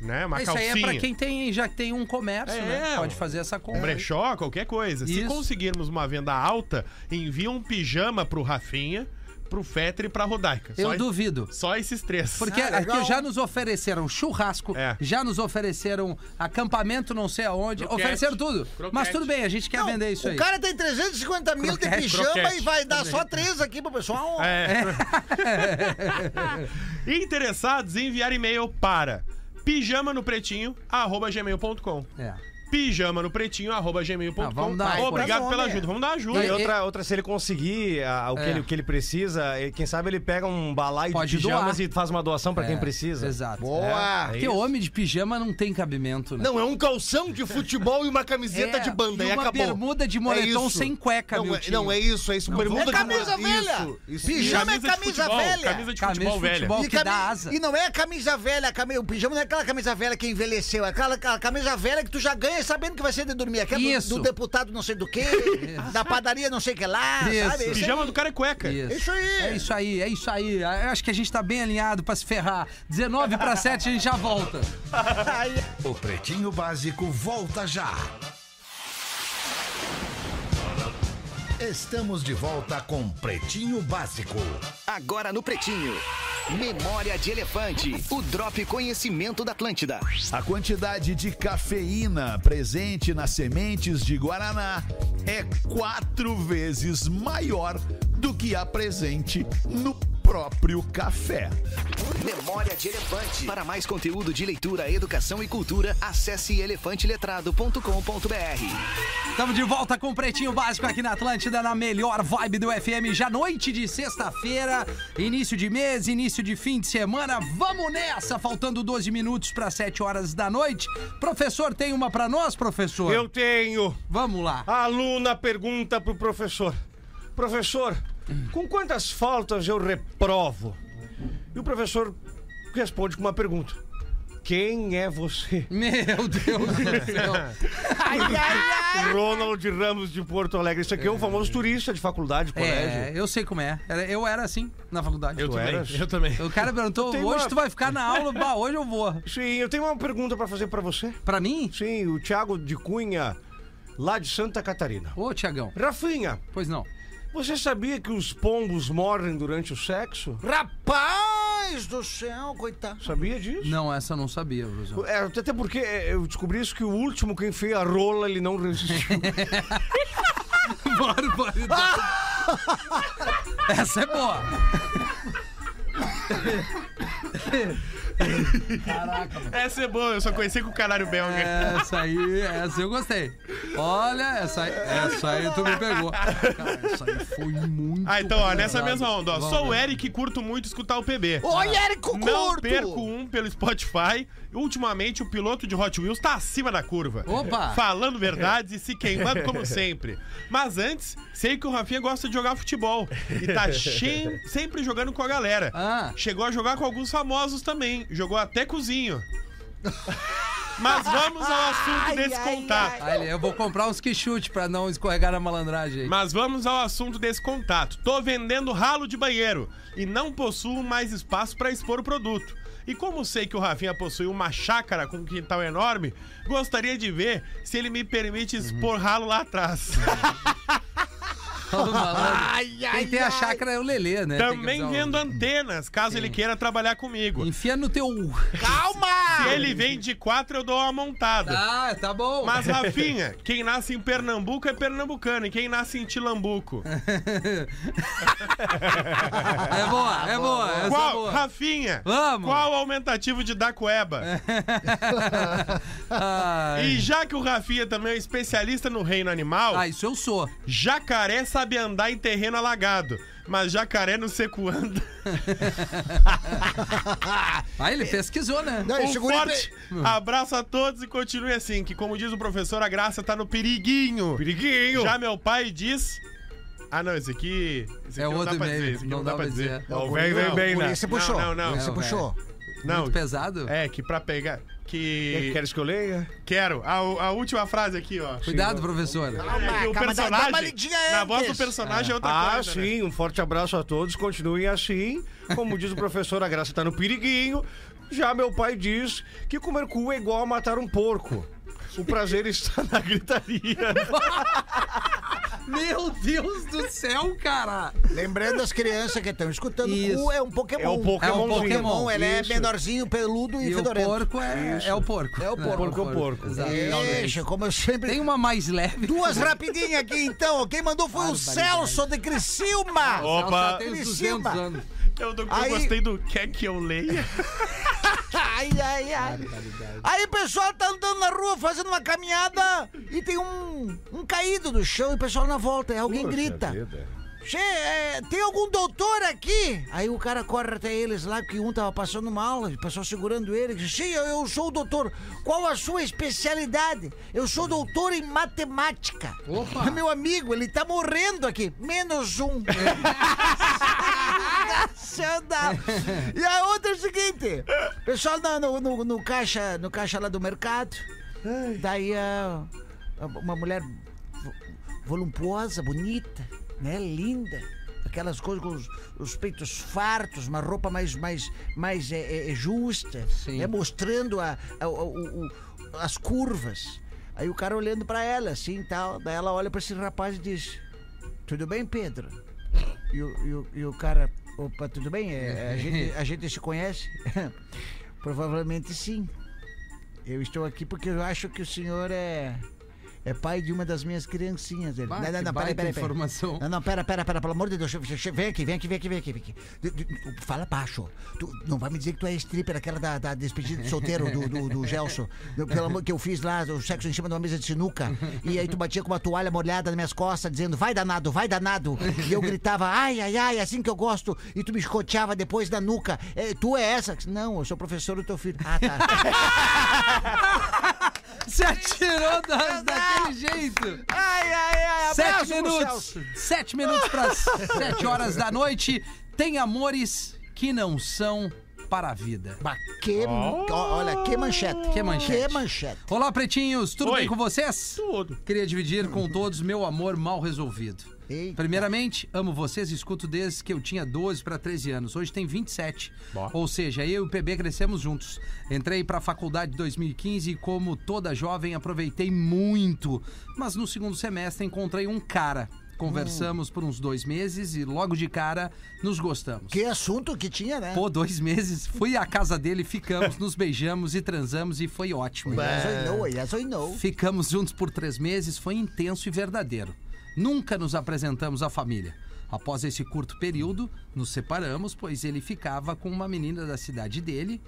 Speaker 9: não, né? Uma
Speaker 4: Isso
Speaker 9: calcinha.
Speaker 4: aí é pra quem tem, já tem um comércio,
Speaker 9: É,
Speaker 4: né? Pode
Speaker 9: ó.
Speaker 4: fazer essa
Speaker 9: Um
Speaker 4: compra.
Speaker 9: brechó, qualquer coisa. Se
Speaker 4: Isso.
Speaker 9: conseguirmos uma venda alta, envia um pijama pro Rafinha, pro Fetre e pra Rodaica. Só,
Speaker 4: Eu duvido.
Speaker 9: só esses três.
Speaker 4: Porque
Speaker 7: Ah,
Speaker 4: aqui
Speaker 7: legal.
Speaker 4: já nos ofereceram churrasco,
Speaker 9: É.
Speaker 4: já nos ofereceram acampamento não sei aonde,
Speaker 9: Croquete.
Speaker 4: ofereceram tudo.
Speaker 9: Croquete.
Speaker 4: Mas tudo bem, a gente quer vender Tá É isso
Speaker 7: o
Speaker 4: aí.
Speaker 7: cara tem 350 mil de
Speaker 4: Croquete, Tá
Speaker 7: pijama
Speaker 9: croquete.
Speaker 7: e vai dar só três aqui pro pessoal.
Speaker 9: [LAUGHS] É. Interessados em enviar e-mail para pijama no pretinho, arroba gmail.com.
Speaker 4: É.
Speaker 9: Pijama no pretinho, arroba gmail.com.
Speaker 4: Ah, vamos dar uma
Speaker 9: Obrigado
Speaker 7: coisa.
Speaker 9: pela ajuda. Vamos dar ajuda.
Speaker 4: E-
Speaker 8: E outra, outra, se ele conseguir ah, o, que
Speaker 4: É.
Speaker 8: ele, o que ele precisa, ele- quem sabe ele pega um balaio
Speaker 4: Pode
Speaker 8: de pijamas
Speaker 4: doar.
Speaker 8: e faz uma doação pra quem
Speaker 4: É,
Speaker 8: precisa.
Speaker 4: Exato. É.
Speaker 8: Boa! É
Speaker 4: Porque homem de pijama não tem cabimento, né?
Speaker 11: Não, é um calção de futebol e uma camiseta
Speaker 4: É,
Speaker 11: de banda.
Speaker 4: e
Speaker 11: E,
Speaker 4: uma
Speaker 11: acabou. É
Speaker 4: bermuda de moletom
Speaker 11: isso.
Speaker 4: sem cueca,
Speaker 11: não,
Speaker 4: meu
Speaker 11: é,
Speaker 4: tio.
Speaker 11: não, é isso, é isso. bermuda
Speaker 7: É
Speaker 11: de
Speaker 7: camisa
Speaker 11: moletom.
Speaker 7: velha.
Speaker 11: Isso, isso.
Speaker 7: Pijama é camisa
Speaker 9: futebol,
Speaker 7: velha.
Speaker 9: Camisa de futebol,
Speaker 4: Camisa de
Speaker 9: velha.
Speaker 4: futebol. que
Speaker 7: cami-
Speaker 4: dá asa.
Speaker 7: e não é a camisa velha, a cami- o pijama não é aquela camisa velha que envelheceu, é aquela, aquela camisa velha que tu já ganha sabendo que vai ser de dormir. Aquela do-
Speaker 4: Isso.
Speaker 7: do, deputado não sei
Speaker 4: [LAUGHS]
Speaker 7: do que, da padaria não sei o que lá,
Speaker 4: Isso.
Speaker 7: sabe? Esse-
Speaker 9: Pijama do cara é cueca.
Speaker 7: Isso aí.
Speaker 4: É isso aí, é isso aí. Eu acho que a gente tá bem alinhado pra se ferrar. 19 pra 7 a gente já volta.
Speaker 2: O Pretinho Básico volta já. Estamos de volta com Pretinho Básico.
Speaker 12: Agora no Pretinho. Memória de Elefante, o Drop Conhecimento da Atlântida.
Speaker 2: A quantidade de cafeína presente nas sementes de guaraná é quatro vezes maior do que a presente no próprio café.
Speaker 12: Memória de Elefante. Para mais conteúdo de leitura, educação e cultura, acesse elefanteletrado.com.br.
Speaker 4: Estamos de volta com o Pretinho Básico aqui na Atlântida, na melhor vibe do FM. Já noite de sexta-feira, início de mês, início de fim de semana. Vamos nessa, faltando 12 minutos para 7 horas da noite. Professor, tem uma para nós, professor?
Speaker 5: Eu tenho.
Speaker 4: Vamos lá.
Speaker 9: Ah.
Speaker 8: A aluna pergunta pro professor: Professor, com quantas faltas eu reprovo? E o professor responde com uma pergunta: Quem é você?
Speaker 4: Meu Deus do céu.
Speaker 8: Ronald Ramos de Porto Alegre. Isso aqui é um famoso turista de faculdade, de
Speaker 4: É,
Speaker 8: colégio.
Speaker 4: eu sei como é. Era- Eu era assim na faculdade.
Speaker 9: Eu
Speaker 8: Tu
Speaker 9: também.
Speaker 8: eras?
Speaker 9: Eu também.
Speaker 4: O cara perguntou,
Speaker 8: tenho
Speaker 4: hoje
Speaker 8: uma-
Speaker 4: tu vai ficar na aula? Bah, hoje eu vou.
Speaker 8: Sim, eu tenho uma pergunta pra fazer pra você.
Speaker 4: Pra mim?
Speaker 8: Sim, o Thiago de Cunha, lá de Santa Catarina.
Speaker 4: Ô, Tiagão.
Speaker 8: Rafinha,
Speaker 4: Pois não.
Speaker 8: você sabia que os pombos morrem durante o sexo?
Speaker 7: Rapaz do céu, coitado.
Speaker 8: Sabia disso?
Speaker 4: Não, essa eu não sabia, professor.
Speaker 8: É, até porque é, eu descobri isso que o último que enfiei a rola, ele não resistiu.
Speaker 4: [LAUGHS] barbaridade. Essa é boa.
Speaker 9: Caraca, mano. Essa é boa, eu só conheci com o canário belga.
Speaker 4: Essa aí, essa eu gostei. Olha, essa aí, essa aí tu me pegou. Cara, essa aí foi muito.
Speaker 9: Ah, então, ó, nessa
Speaker 4: pesado.
Speaker 9: mesma onda, ó.
Speaker 4: Vamos
Speaker 9: Sou o
Speaker 4: ver.
Speaker 9: Eric e curto muito escutar o PB.
Speaker 4: Oi,
Speaker 9: Eric, Não perco um pelo Spotify. Ultimamente, o piloto de Hot Wheels tá acima da curva.
Speaker 4: Opa!
Speaker 9: Falando verdades e se queimando como sempre. Mas antes, sei que o Rafinha gosta de jogar futebol. E
Speaker 4: [LAUGHS]
Speaker 9: tá che- sempre jogando com a galera.
Speaker 4: Ah.
Speaker 9: Chegou a jogar com alguns famosos também. Jogou até cozinho. Mas vamos ao assunto desse contato.
Speaker 4: Olha, eu vou comprar uns que chute pra não escorregar na malandragem. aí.
Speaker 9: Mas vamos ao assunto desse contato. Tô vendendo ralo de banheiro e não possuo mais espaço para expor o produto. E como sei que o Rafinha possui uma chácara com um quintal enorme, gostaria de ver se ele me
Speaker 4: Uhum.
Speaker 9: permite expor ralo lá atrás.
Speaker 4: [LAUGHS] Todo
Speaker 9: [LAUGHS]
Speaker 4: malandro. Quem tem a chácara é o Lelê, né? Tem que
Speaker 9: Também
Speaker 4: usar o-
Speaker 9: vendo antenas, caso ele queira trabalhar comigo.
Speaker 4: Enfia no teu.
Speaker 9: Calma! Se ele vem de quatro, eu dou uma montada.
Speaker 4: Ah, tá bom.
Speaker 9: Mas, Rafinha, quem nasce em Pernambuco é pernambucano e quem nasce em Tilambuco.
Speaker 4: É boa, é boa. Essa é
Speaker 9: Ah, Qual,
Speaker 4: boa.
Speaker 9: Rafinha,
Speaker 4: Vamos.
Speaker 9: qual o aumentativo de Dacoeba? [LAUGHS] e já que o Rafinha também é especialista no reino animal... Ah,
Speaker 4: isso eu sou.
Speaker 9: Jacaré sabe andar em terreno alagado, mas jacaré não seco anda.
Speaker 4: Ah, ele pesquisou, né?
Speaker 9: Não, um forte abraço a todos e continue assim, que como diz o professor, a graça tá no periguinho.
Speaker 5: Periguinho.
Speaker 9: Já meu pai diz... Ah, não, esse aqui... Esse
Speaker 4: É
Speaker 9: aqui não dá
Speaker 4: outro
Speaker 9: pra
Speaker 4: e-mail,
Speaker 9: dizer, esse aqui não, dá pra dizer.
Speaker 4: É, o
Speaker 9: Não,
Speaker 4: velho veio
Speaker 9: não,
Speaker 4: bem, né?
Speaker 9: Não,
Speaker 4: puxou.
Speaker 9: Não, não.
Speaker 4: É, o velho.
Speaker 9: Não.
Speaker 4: Muito pesado?
Speaker 9: É, que pra pegar... Que...
Speaker 4: Queres
Speaker 9: que eu leia? Quero. A, a última frase aqui, ó.
Speaker 4: Cuidado, professora.
Speaker 9: É que o
Speaker 6: calma, dá- dá uma
Speaker 9: personagem...
Speaker 6: lidinha
Speaker 9: Na
Speaker 6: antes.
Speaker 9: voz do personagem é outra
Speaker 8: ah,
Speaker 9: coisa, né?
Speaker 8: sim, um forte abraço a todos, continuem assim. Como diz o professor, a graça tá no piriguinho. Já meu pai diz que comer cu é igual a matar um porco. O prazer está na gritaria.
Speaker 4: Meu Deus do céu, cara!
Speaker 7: Lembrando as crianças que estão escutando,
Speaker 4: Isso.
Speaker 7: o cu é um Pokémon.
Speaker 4: É um Pokémonzinho.
Speaker 7: É um Pokémon, ele
Speaker 4: Isso.
Speaker 7: é menorzinho, peludo e,
Speaker 4: E o
Speaker 7: fedorento.
Speaker 4: porco é- Isso. é o porco.
Speaker 7: É o
Speaker 4: É,
Speaker 7: porco.
Speaker 4: porco é o porco. Exato.
Speaker 7: Deixa, como eu sempre...
Speaker 4: Tem uma mais leve.
Speaker 7: Duas rapidinhas aqui, então. Quem mandou foi o
Speaker 9: Barbaridade.
Speaker 7: Celso de Criciúma.
Speaker 4: tá
Speaker 9: Opa. Celso já tem uns 200
Speaker 7: Criciúma.
Speaker 9: anos. Eu, do- eu
Speaker 7: Aí-
Speaker 9: gostei do quer que
Speaker 4: [LAUGHS]
Speaker 9: eu leia.
Speaker 7: [LAUGHS] Ai, ai, ai. Aí, pessoal, tá andando na rua, fazendo uma caminhada e tem um, um caído no chão e o pessoal na volta. Aí alguém grita. Che, é, tem algum doutor aqui? Aí o cara corre até eles lá, porque um tava passando mal, o pessoal segurando ele. Diz, Sim, eu, eu sou o doutor. Qual a sua especialidade? Eu sou doutor em matemática.
Speaker 4: Opa.
Speaker 7: Meu amigo, ele tá morrendo aqui. Menos um. Sensacional. Tá E a outra é o seguinte: o pessoal na- no, no, no caixa, no caixa lá do mercado, daí a- a- uma mulher vo- voluptuosa, bonita, né? Linda. Aquelas coisas com os, os peitos fartos, uma roupa mais, mais, mais é, é, é justa, né? mostrando a, a- o- o- o- as curvas. Aí o cara olhando pra ela, assim tal. Daí ela olha pra esse rapaz e diz: Tudo bem, Pedro? E o, e o, e o cara, opa, tudo bem? É, a, gente, a gente se conhece? [LAUGHS] Provavelmente sim. Eu estou aqui porque eu acho que o senhor é. É pai de uma das minhas criancinhas. Ele.
Speaker 4: Bah, que baita informação.
Speaker 7: Não, não, pera, pera, pera, pelo amor de Deus. che- che- Vem aqui, vem aqui, vem aqui, vem aqui. Vem aqui. De- de- tu- Fala baixo. Tu não vai me dizer que tu é stripper, aquela da, da despedida de solteiro do, do, do Gelson. Do- Pelo amor que eu fiz lá, o sexo em cima de uma mesa de sinuca. E aí tu batia com uma toalha molhada nas minhas costas, dizendo, vai danado, vai danado. E eu gritava, ai, ai, ai, assim que eu gosto. E tu me escoteava depois da nuca. É, tu é essa? Não, eu sou professor do teu filho. Ah, tá.
Speaker 4: Se atirou da, daquele jeito.
Speaker 7: Ai, ai, ai.
Speaker 4: Sete minutos. Sete minutos
Speaker 7: [LAUGHS]
Speaker 4: para sete horas da noite. Tem amores que não são para a vida.
Speaker 7: Que, ó, Olha, que manchete.
Speaker 4: Que manchete.
Speaker 7: Que manchete.
Speaker 4: Olá, pretinhos, tudo
Speaker 7: Oi.
Speaker 4: bem com vocês?
Speaker 9: Tudo.
Speaker 4: Queria dividir com todos meu amor mal resolvido. Primeiramente, amo vocês e escuto desde que eu tinha 12 para 13 anos. Hoje tem 27. Ou seja, eu e o PB crescemos juntos. Entrei para a faculdade em 2015 e, como toda jovem, aproveitei muito. Mas no segundo semestre encontrei um cara. Conversamos por uns dois meses e logo de cara nos gostamos.
Speaker 7: Que assunto que tinha, né?
Speaker 4: Pô, dois meses. Fui à casa dele, ficamos, nos beijamos e transamos e foi ótimo.
Speaker 7: Yes, I know, yes, I know.
Speaker 4: Ficamos juntos por três meses, foi intenso e verdadeiro. Nunca nos apresentamos à família. Após esse curto período, nos separamos, pois ele ficava com uma menina da cidade dele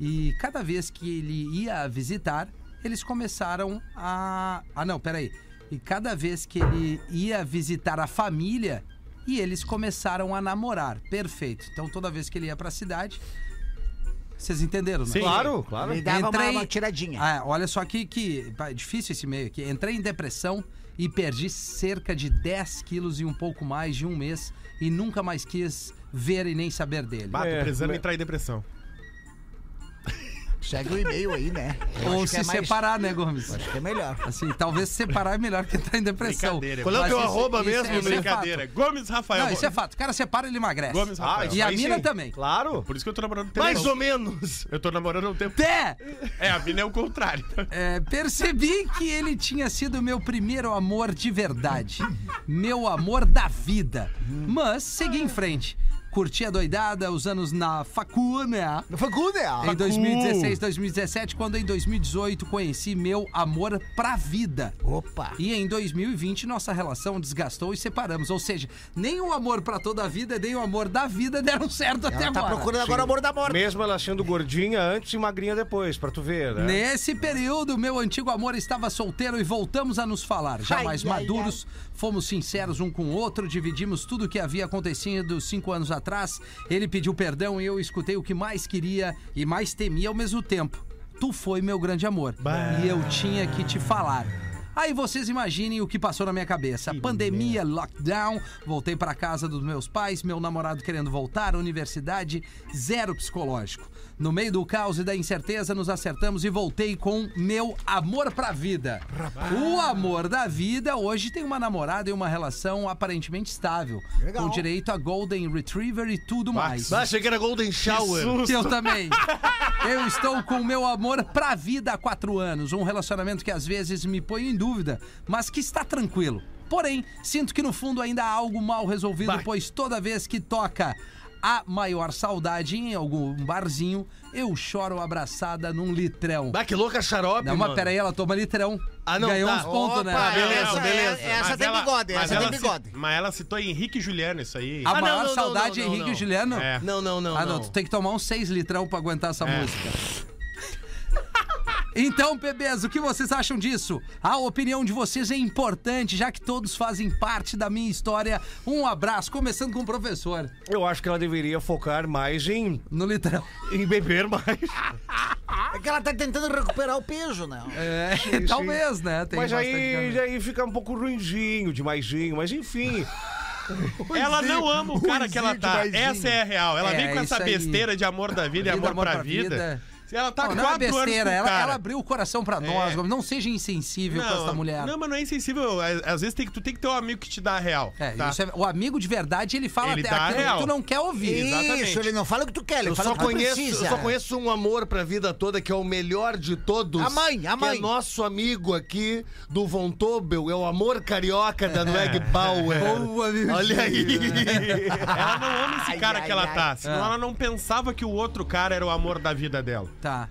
Speaker 4: e cada vez que ele ia a visitar, eles começaram a. Ah, não, peraí. E cada vez que ele ia visitar a família, e eles começaram a namorar. Perfeito. Então toda vez que ele ia pra cidade, vocês entenderam, né?
Speaker 8: Sim. Claro, claro.
Speaker 4: Ele dava Entrei... uma, tiradinha. Ah, olha só que, que pá, difícil esse meio aqui. Entrei em depressão e perdi cerca de 10 quilos e um pouco mais de um mês e nunca mais quis ver e nem saber dele.
Speaker 9: Bah,
Speaker 8: É,
Speaker 9: tô precisando entrar em depressão.
Speaker 6: Segue o e-mail aí, né? Eu
Speaker 4: Ou
Speaker 6: acho que
Speaker 4: se
Speaker 6: é mais-
Speaker 4: separar, né, Gomes?
Speaker 6: Acho que é melhor.
Speaker 4: Assim, talvez separar é melhor que entrar em depressão.
Speaker 9: Brincadeira,
Speaker 4: Mas
Speaker 9: Qual é o teu
Speaker 4: isso-
Speaker 9: arroba
Speaker 4: isso
Speaker 9: mesmo?
Speaker 4: é- isso é
Speaker 9: Brincadeira.
Speaker 4: fato.
Speaker 9: Gomes Rafael.
Speaker 4: Não, isso é fato. O cara separa, ele emagrece.
Speaker 9: Gomes Rafael.
Speaker 4: E a
Speaker 9: Aí
Speaker 4: mina
Speaker 9: sim.
Speaker 4: também.
Speaker 8: Claro.
Speaker 9: Por isso que eu tô namorando tempo.
Speaker 8: Mais ou menos.
Speaker 9: Eu tô namorando há um tempo.
Speaker 4: Té!
Speaker 9: É, a mina é o contrário.
Speaker 4: É, percebi que ele tinha sido meu primeiro amor de verdade. Meu amor da vida. Mas segui em frente. Curti a doidada os anos na facu, né?
Speaker 6: Facu, né?
Speaker 4: Em 2016, 2017, quando em 2018 conheci meu amor pra vida.
Speaker 6: Opa!
Speaker 4: E em 2020 nossa relação desgastou e separamos. Ou seja, nem o amor pra toda a vida, nem o amor da vida deram certo até
Speaker 6: Ela tá
Speaker 4: agora.
Speaker 6: procurando agora o amor da morte.
Speaker 8: Mesmo ela sendo gordinha antes e magrinha depois, pra tu ver, né?
Speaker 4: Nesse período, meu antigo amor estava solteiro e voltamos a nos falar. Já
Speaker 6: Ai,
Speaker 4: mais
Speaker 6: ai,
Speaker 4: maduros, fomos sinceros um com o outro, dividimos tudo o que havia acontecido cinco anos atrás. Ele pediu perdão e eu escutei o que mais queria e mais temia ao mesmo tempo. Tu foi meu grande amor. E eu tinha que te falar. Aí vocês imaginem o que passou na minha cabeça. Pandemia, lockdown, voltei pra casa dos meus pais, meu namorado querendo voltar, universidade, zero psicológico. No meio do caos e da incerteza, nos acertamos e voltei com meu amor pra vida. O amor da vida hoje tem uma namorada e uma relação aparentemente estável, com direito a golden retriever e tudo mais.
Speaker 8: Ah, achei que era Golden Shower.
Speaker 4: Eu também. Eu estou com meu amor pra vida há quatro anos. Um relacionamento que às vezes me põe em dúvida, mas que está tranquilo. Porém, sinto que no fundo ainda há algo mal resolvido, pois toda vez que toca a maior saudade em algum barzinho, eu choro abraçada num litrão.
Speaker 8: Bah, que louca xarope,
Speaker 4: Não, mas
Speaker 8: mano.
Speaker 4: peraí, ela toma litrão.
Speaker 8: Ah, não,
Speaker 4: Ganhou
Speaker 8: tá.
Speaker 4: uns pontos, né?
Speaker 6: Opa,
Speaker 9: Beleza,
Speaker 6: essa,
Speaker 9: beleza.
Speaker 6: é- essa
Speaker 9: Mas
Speaker 6: tem
Speaker 9: ela-
Speaker 6: bigode,
Speaker 9: mas
Speaker 6: essa
Speaker 9: ela
Speaker 6: tem
Speaker 9: ci-
Speaker 6: bigode.
Speaker 9: Mas ela citou Henrique e Juliano, isso aí.
Speaker 4: A
Speaker 8: Ah, não,
Speaker 4: maior
Speaker 8: não, não,
Speaker 4: saudade
Speaker 8: não,
Speaker 4: é Henrique
Speaker 8: não.
Speaker 4: e Juliano?
Speaker 9: É.
Speaker 8: Não, não, não.
Speaker 4: ah, não, tu tem que tomar uns seis litrão pra aguentar essa música. Então, bebês, o que vocês acham disso? A opinião de vocês é importante, já que todos fazem parte da minha história. Um abraço, começando com o professor,
Speaker 8: Eu acho que ela deveria focar mais em, [LAUGHS]
Speaker 4: no litrão.
Speaker 9: [LAUGHS]
Speaker 8: em beber mais.
Speaker 6: É que ela tá tentando recuperar o peso, né?
Speaker 4: É, [LAUGHS] talvez, né? Tem
Speaker 8: Mas aí,
Speaker 4: bastante-
Speaker 8: aí fica um pouco ruinzinho, demaisinho, mas enfim.
Speaker 9: Ela não ama o cara que ela tá. Essa é a real. Ela
Speaker 4: É,
Speaker 9: vem com
Speaker 4: é
Speaker 9: essa
Speaker 4: isso aí.
Speaker 9: besteira de amor da vida e amor, pra, vida. Se Ela tá
Speaker 4: não, não é
Speaker 9: quatro anos
Speaker 4: besteira,
Speaker 9: com o
Speaker 4: ela,
Speaker 9: cara. É.
Speaker 4: ela abriu o coração pra nós. Gomes. Não seja insensível com essa mulher.
Speaker 9: Não, mas não é insensível. Às às vezes tem que, tu tem que ter um amigo que te dá a real.
Speaker 4: É,
Speaker 9: tá?
Speaker 4: isso é- o amigo de verdade, ele fala
Speaker 9: Ele
Speaker 4: até
Speaker 9: dá
Speaker 4: aquilo
Speaker 9: real.
Speaker 4: que tu não quer ouvir.
Speaker 9: Exatamente.
Speaker 6: Isso, ele não fala o que tu quer, ele
Speaker 8: Eu
Speaker 6: fala
Speaker 8: só,
Speaker 6: o que tu
Speaker 8: conheço,
Speaker 6: precisa.
Speaker 8: eu só conheço um amor pra vida toda que é o melhor de todos.
Speaker 6: A mãe, a mãe.
Speaker 8: Que é nosso amigo aqui do Von Tobel, é o amor carioca da
Speaker 6: É.
Speaker 8: Noeg
Speaker 9: É.
Speaker 8: Bauer.
Speaker 4: Boa, meu
Speaker 8: Olha aí.
Speaker 9: [LAUGHS] Ela não ama esse
Speaker 6: Ai,
Speaker 9: cara
Speaker 6: ai,
Speaker 9: que ela
Speaker 6: ai.
Speaker 9: tá. Senão
Speaker 4: Ah.
Speaker 9: ela não pensava que o outro cara era o amor da vida dela.
Speaker 4: Tá.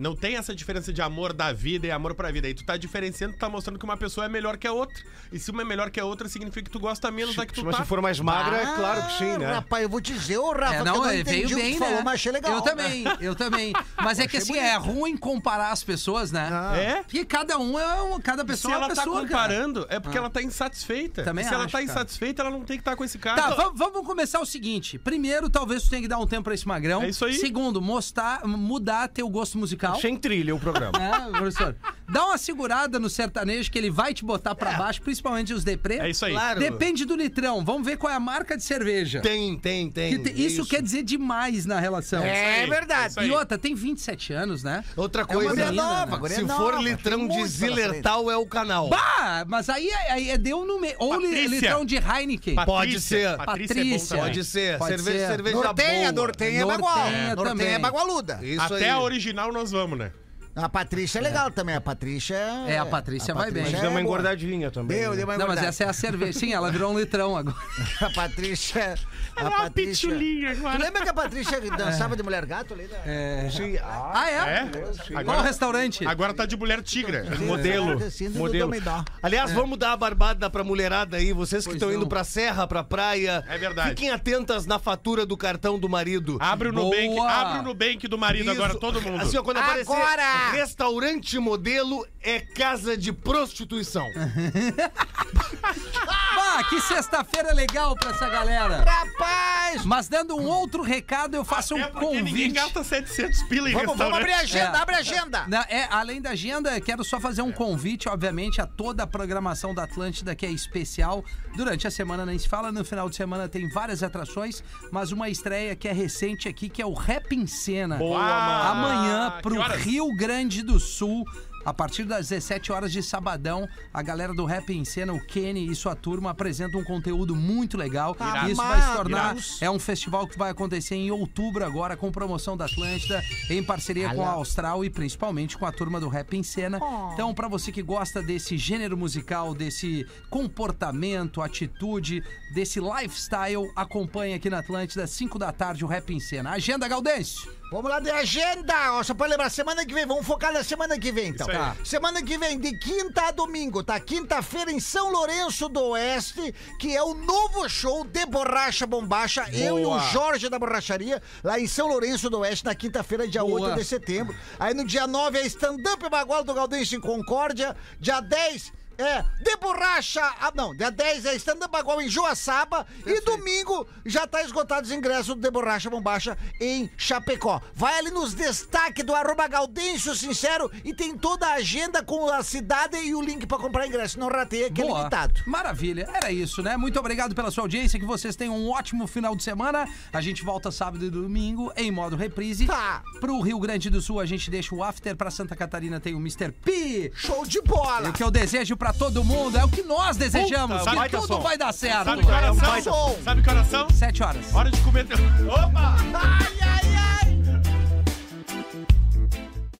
Speaker 9: Não tem essa diferença de amor da vida e amor pra vida. E tu tá diferenciando, tu tá mostrando que uma pessoa é melhor que a outra. E se uma é melhor que a outra, significa que tu gosta menos da que tu
Speaker 8: Mas
Speaker 9: tá.
Speaker 8: se for mais magra, é claro que sim, né?
Speaker 6: Ah, Rapaz, eu vou te dizer, ô Rafa,
Speaker 4: É,
Speaker 6: que eu
Speaker 4: não,
Speaker 6: não
Speaker 4: é, veio
Speaker 6: entendi o que
Speaker 4: bem,
Speaker 6: tu
Speaker 4: né?
Speaker 6: falou, mas achei legal.
Speaker 4: Eu
Speaker 6: né?
Speaker 4: também, eu também. Mas é que assim, é ruim comparar as pessoas, né?
Speaker 6: Ah.
Speaker 8: Ah.
Speaker 9: É?
Speaker 4: Porque cada um é uma, cada
Speaker 9: Se
Speaker 4: pessoa é
Speaker 9: ela
Speaker 4: uma
Speaker 9: tá
Speaker 4: pessoa, Ah.
Speaker 9: comparando, é porque ela tá insatisfeita.
Speaker 4: Também
Speaker 9: E se ela
Speaker 4: acho,
Speaker 9: tá
Speaker 4: cara.
Speaker 9: insatisfeita, ela não tem que estar com esse cara.
Speaker 4: Cara. Tá, vamos, vamos começar o seguinte. Primeiro, talvez tu tenha que dar um tempo pra esse magrão.
Speaker 9: É isso aí.
Speaker 4: Segundo, mostrar, mudar teu gosto musical.
Speaker 8: Sem trilha
Speaker 4: [LAUGHS]
Speaker 8: o programa.
Speaker 4: né, professor? Dá uma segurada no sertanejo que ele vai te botar pra baixo, principalmente os deprê.
Speaker 9: É isso aí.
Speaker 8: Claro.
Speaker 4: Depende do litrão. Vamos ver qual é a marca de cerveja.
Speaker 8: Tem, tem,
Speaker 4: Que
Speaker 8: tem.
Speaker 4: te- isso, quer dizer demais na relação.
Speaker 9: É verdade.
Speaker 4: E outra, tem 27 anos, né?
Speaker 8: Outra
Speaker 7: é
Speaker 4: uma
Speaker 8: coisa,
Speaker 4: menina,
Speaker 6: nova,
Speaker 4: né?
Speaker 6: guria
Speaker 8: Se
Speaker 6: nova,
Speaker 8: for
Speaker 7: Ah,
Speaker 6: tem
Speaker 8: litrão
Speaker 6: muito
Speaker 8: de
Speaker 6: pela
Speaker 8: Zilertal, é o canal.
Speaker 4: Bah, mas aí, aí é deu no meio. Ou li,
Speaker 9: Patrícia.
Speaker 4: litrão de Heineken.
Speaker 8: Pode
Speaker 9: Patrícia.
Speaker 8: ser.
Speaker 4: Patrícia.
Speaker 9: É bom também.
Speaker 8: Pode ser.
Speaker 4: Pode
Speaker 8: cerveja,
Speaker 4: ser.
Speaker 8: cerveja
Speaker 6: Norteia,
Speaker 8: boa.
Speaker 6: Norteia é
Speaker 4: Norteia
Speaker 6: bagual.
Speaker 4: também.
Speaker 6: Norteia é bagualuda.
Speaker 8: Isso
Speaker 9: Até
Speaker 8: aí.
Speaker 9: a original nós vamos, né?
Speaker 7: A Patrícia é legal também. A Patrícia.
Speaker 4: É, a Patrícia vai bem.
Speaker 7: é
Speaker 8: deu uma
Speaker 7: boa.
Speaker 8: engordadinha também. né?
Speaker 7: Deu, deu uma
Speaker 4: Não, mas
Speaker 7: engordada.
Speaker 4: essa é a cerveja. Sim, ela virou um litrão agora.
Speaker 7: A Patrícia.
Speaker 4: Ela é uma pitulinha
Speaker 7: agora. Tu lembra que a Patrícia dançava de mulher gato ali? né? Da...
Speaker 4: É.
Speaker 7: Sim.
Speaker 4: Ah, é? Qual restaurante?
Speaker 9: Agora tá de mulher tigra.
Speaker 8: É. Modelo.
Speaker 7: Síndrome do
Speaker 8: Modelo.
Speaker 7: Dominó.
Speaker 6: É.
Speaker 8: Aliás, vamos dar a barbada pra mulherada aí, vocês que
Speaker 7: Pois
Speaker 8: estão indo
Speaker 7: não.
Speaker 8: pra serra, pra praia.
Speaker 9: É verdade.
Speaker 8: Fiquem atentas na fatura do cartão do marido.
Speaker 9: Abre o
Speaker 4: Boa.
Speaker 9: Nubank, abre o Nubank do marido
Speaker 8: Isso.
Speaker 9: agora, todo mundo.
Speaker 8: Assim, ó, quando aparecer
Speaker 7: Agora!
Speaker 8: restaurante modelo é casa de prostituição.
Speaker 4: Ah, que sexta-feira legal pra essa galera.
Speaker 7: Rapaz!
Speaker 4: Mas dando um outro recado, eu faço
Speaker 9: É
Speaker 4: um
Speaker 9: porque ninguém
Speaker 4: convite.
Speaker 9: gasta 700 pila em
Speaker 7: Vamos, vamos abrir a
Speaker 9: restaurante.
Speaker 7: agenda,
Speaker 4: É.
Speaker 7: abre a agenda.
Speaker 4: Na- é, além da agenda, quero só fazer um convite, obviamente, a toda a programação da Atlântida, que é especial. Durante a semana nem se fala, no final de semana tem várias atrações, mas uma estreia que é recente aqui, que é o Rap em Cena.
Speaker 9: Boa, mano.
Speaker 4: Amanhã,
Speaker 9: Que
Speaker 4: pro
Speaker 9: horas?
Speaker 4: Rio Grande do Sul. A partir das 17 horas de sabadão, a galera do Rap em Cena, o Kenny e sua turma apresentam um conteúdo muito legal.
Speaker 7: Irado.
Speaker 4: E isso vai se
Speaker 7: Amado.
Speaker 4: tornar
Speaker 7: Irado.
Speaker 4: é um festival que vai acontecer em outubro agora, com promoção da Atlântida, em parceria com a Austral e principalmente com a turma do Rap em Cena. Então, pra você que gosta desse gênero musical, desse comportamento, atitude, desse lifestyle, acompanha aqui na Atlântida, 5 da tarde, o Rap em Cena. Agenda, Galdense!
Speaker 7: Vamos lá de agenda. Ó, só pra lembrar, semana que vem, vamos focar na semana que vem, então.
Speaker 9: Isso aí.
Speaker 7: Tá. Semana que vem, de quinta a domingo, tá? Quinta-feira em São Lourenço do Oeste, que é o novo show de Borracha Bombacha. Eu e o Jorge da Borracharia, lá em São Lourenço do Oeste, na quinta-feira, dia
Speaker 4: Boa.
Speaker 7: 8 de setembro. Aí no dia 9 é stand-up bagual do Galdense em Concórdia. Dia 10 é de borracha. Ah, não, dia 10 é stand-up bagual em Joaçaba. E domingo já tá esgotado os ingressos do de borracha bombacha em Chapecó. Vai ali nos destaques do arroba Gaudêncio Sincero e tem toda a agenda com a cidade e o link pra comprar ingresso. Não rateia que é limitado.
Speaker 4: Maravilha. Era isso, né? Muito obrigado pela sua audiência. Que vocês tenham um ótimo final de semana. A gente volta sábado e domingo em modo reprise.
Speaker 7: Tá.
Speaker 4: Pro Rio Grande do Sul a gente deixa o after. Pra Santa Catarina tem o Mr. P.
Speaker 7: Show de bola!
Speaker 4: O que eu desejo pra todo mundo é o que nós desejamos.
Speaker 9: Puta,
Speaker 4: que
Speaker 9: baita
Speaker 4: tudo
Speaker 9: som.
Speaker 4: vai dar certo.
Speaker 9: Sabe é? que horas
Speaker 7: Vai,
Speaker 9: são?
Speaker 7: som.
Speaker 9: Sabe que horas são?
Speaker 4: Sete horas.
Speaker 9: Hora de comer... teu- Opa!
Speaker 7: Ai, ai.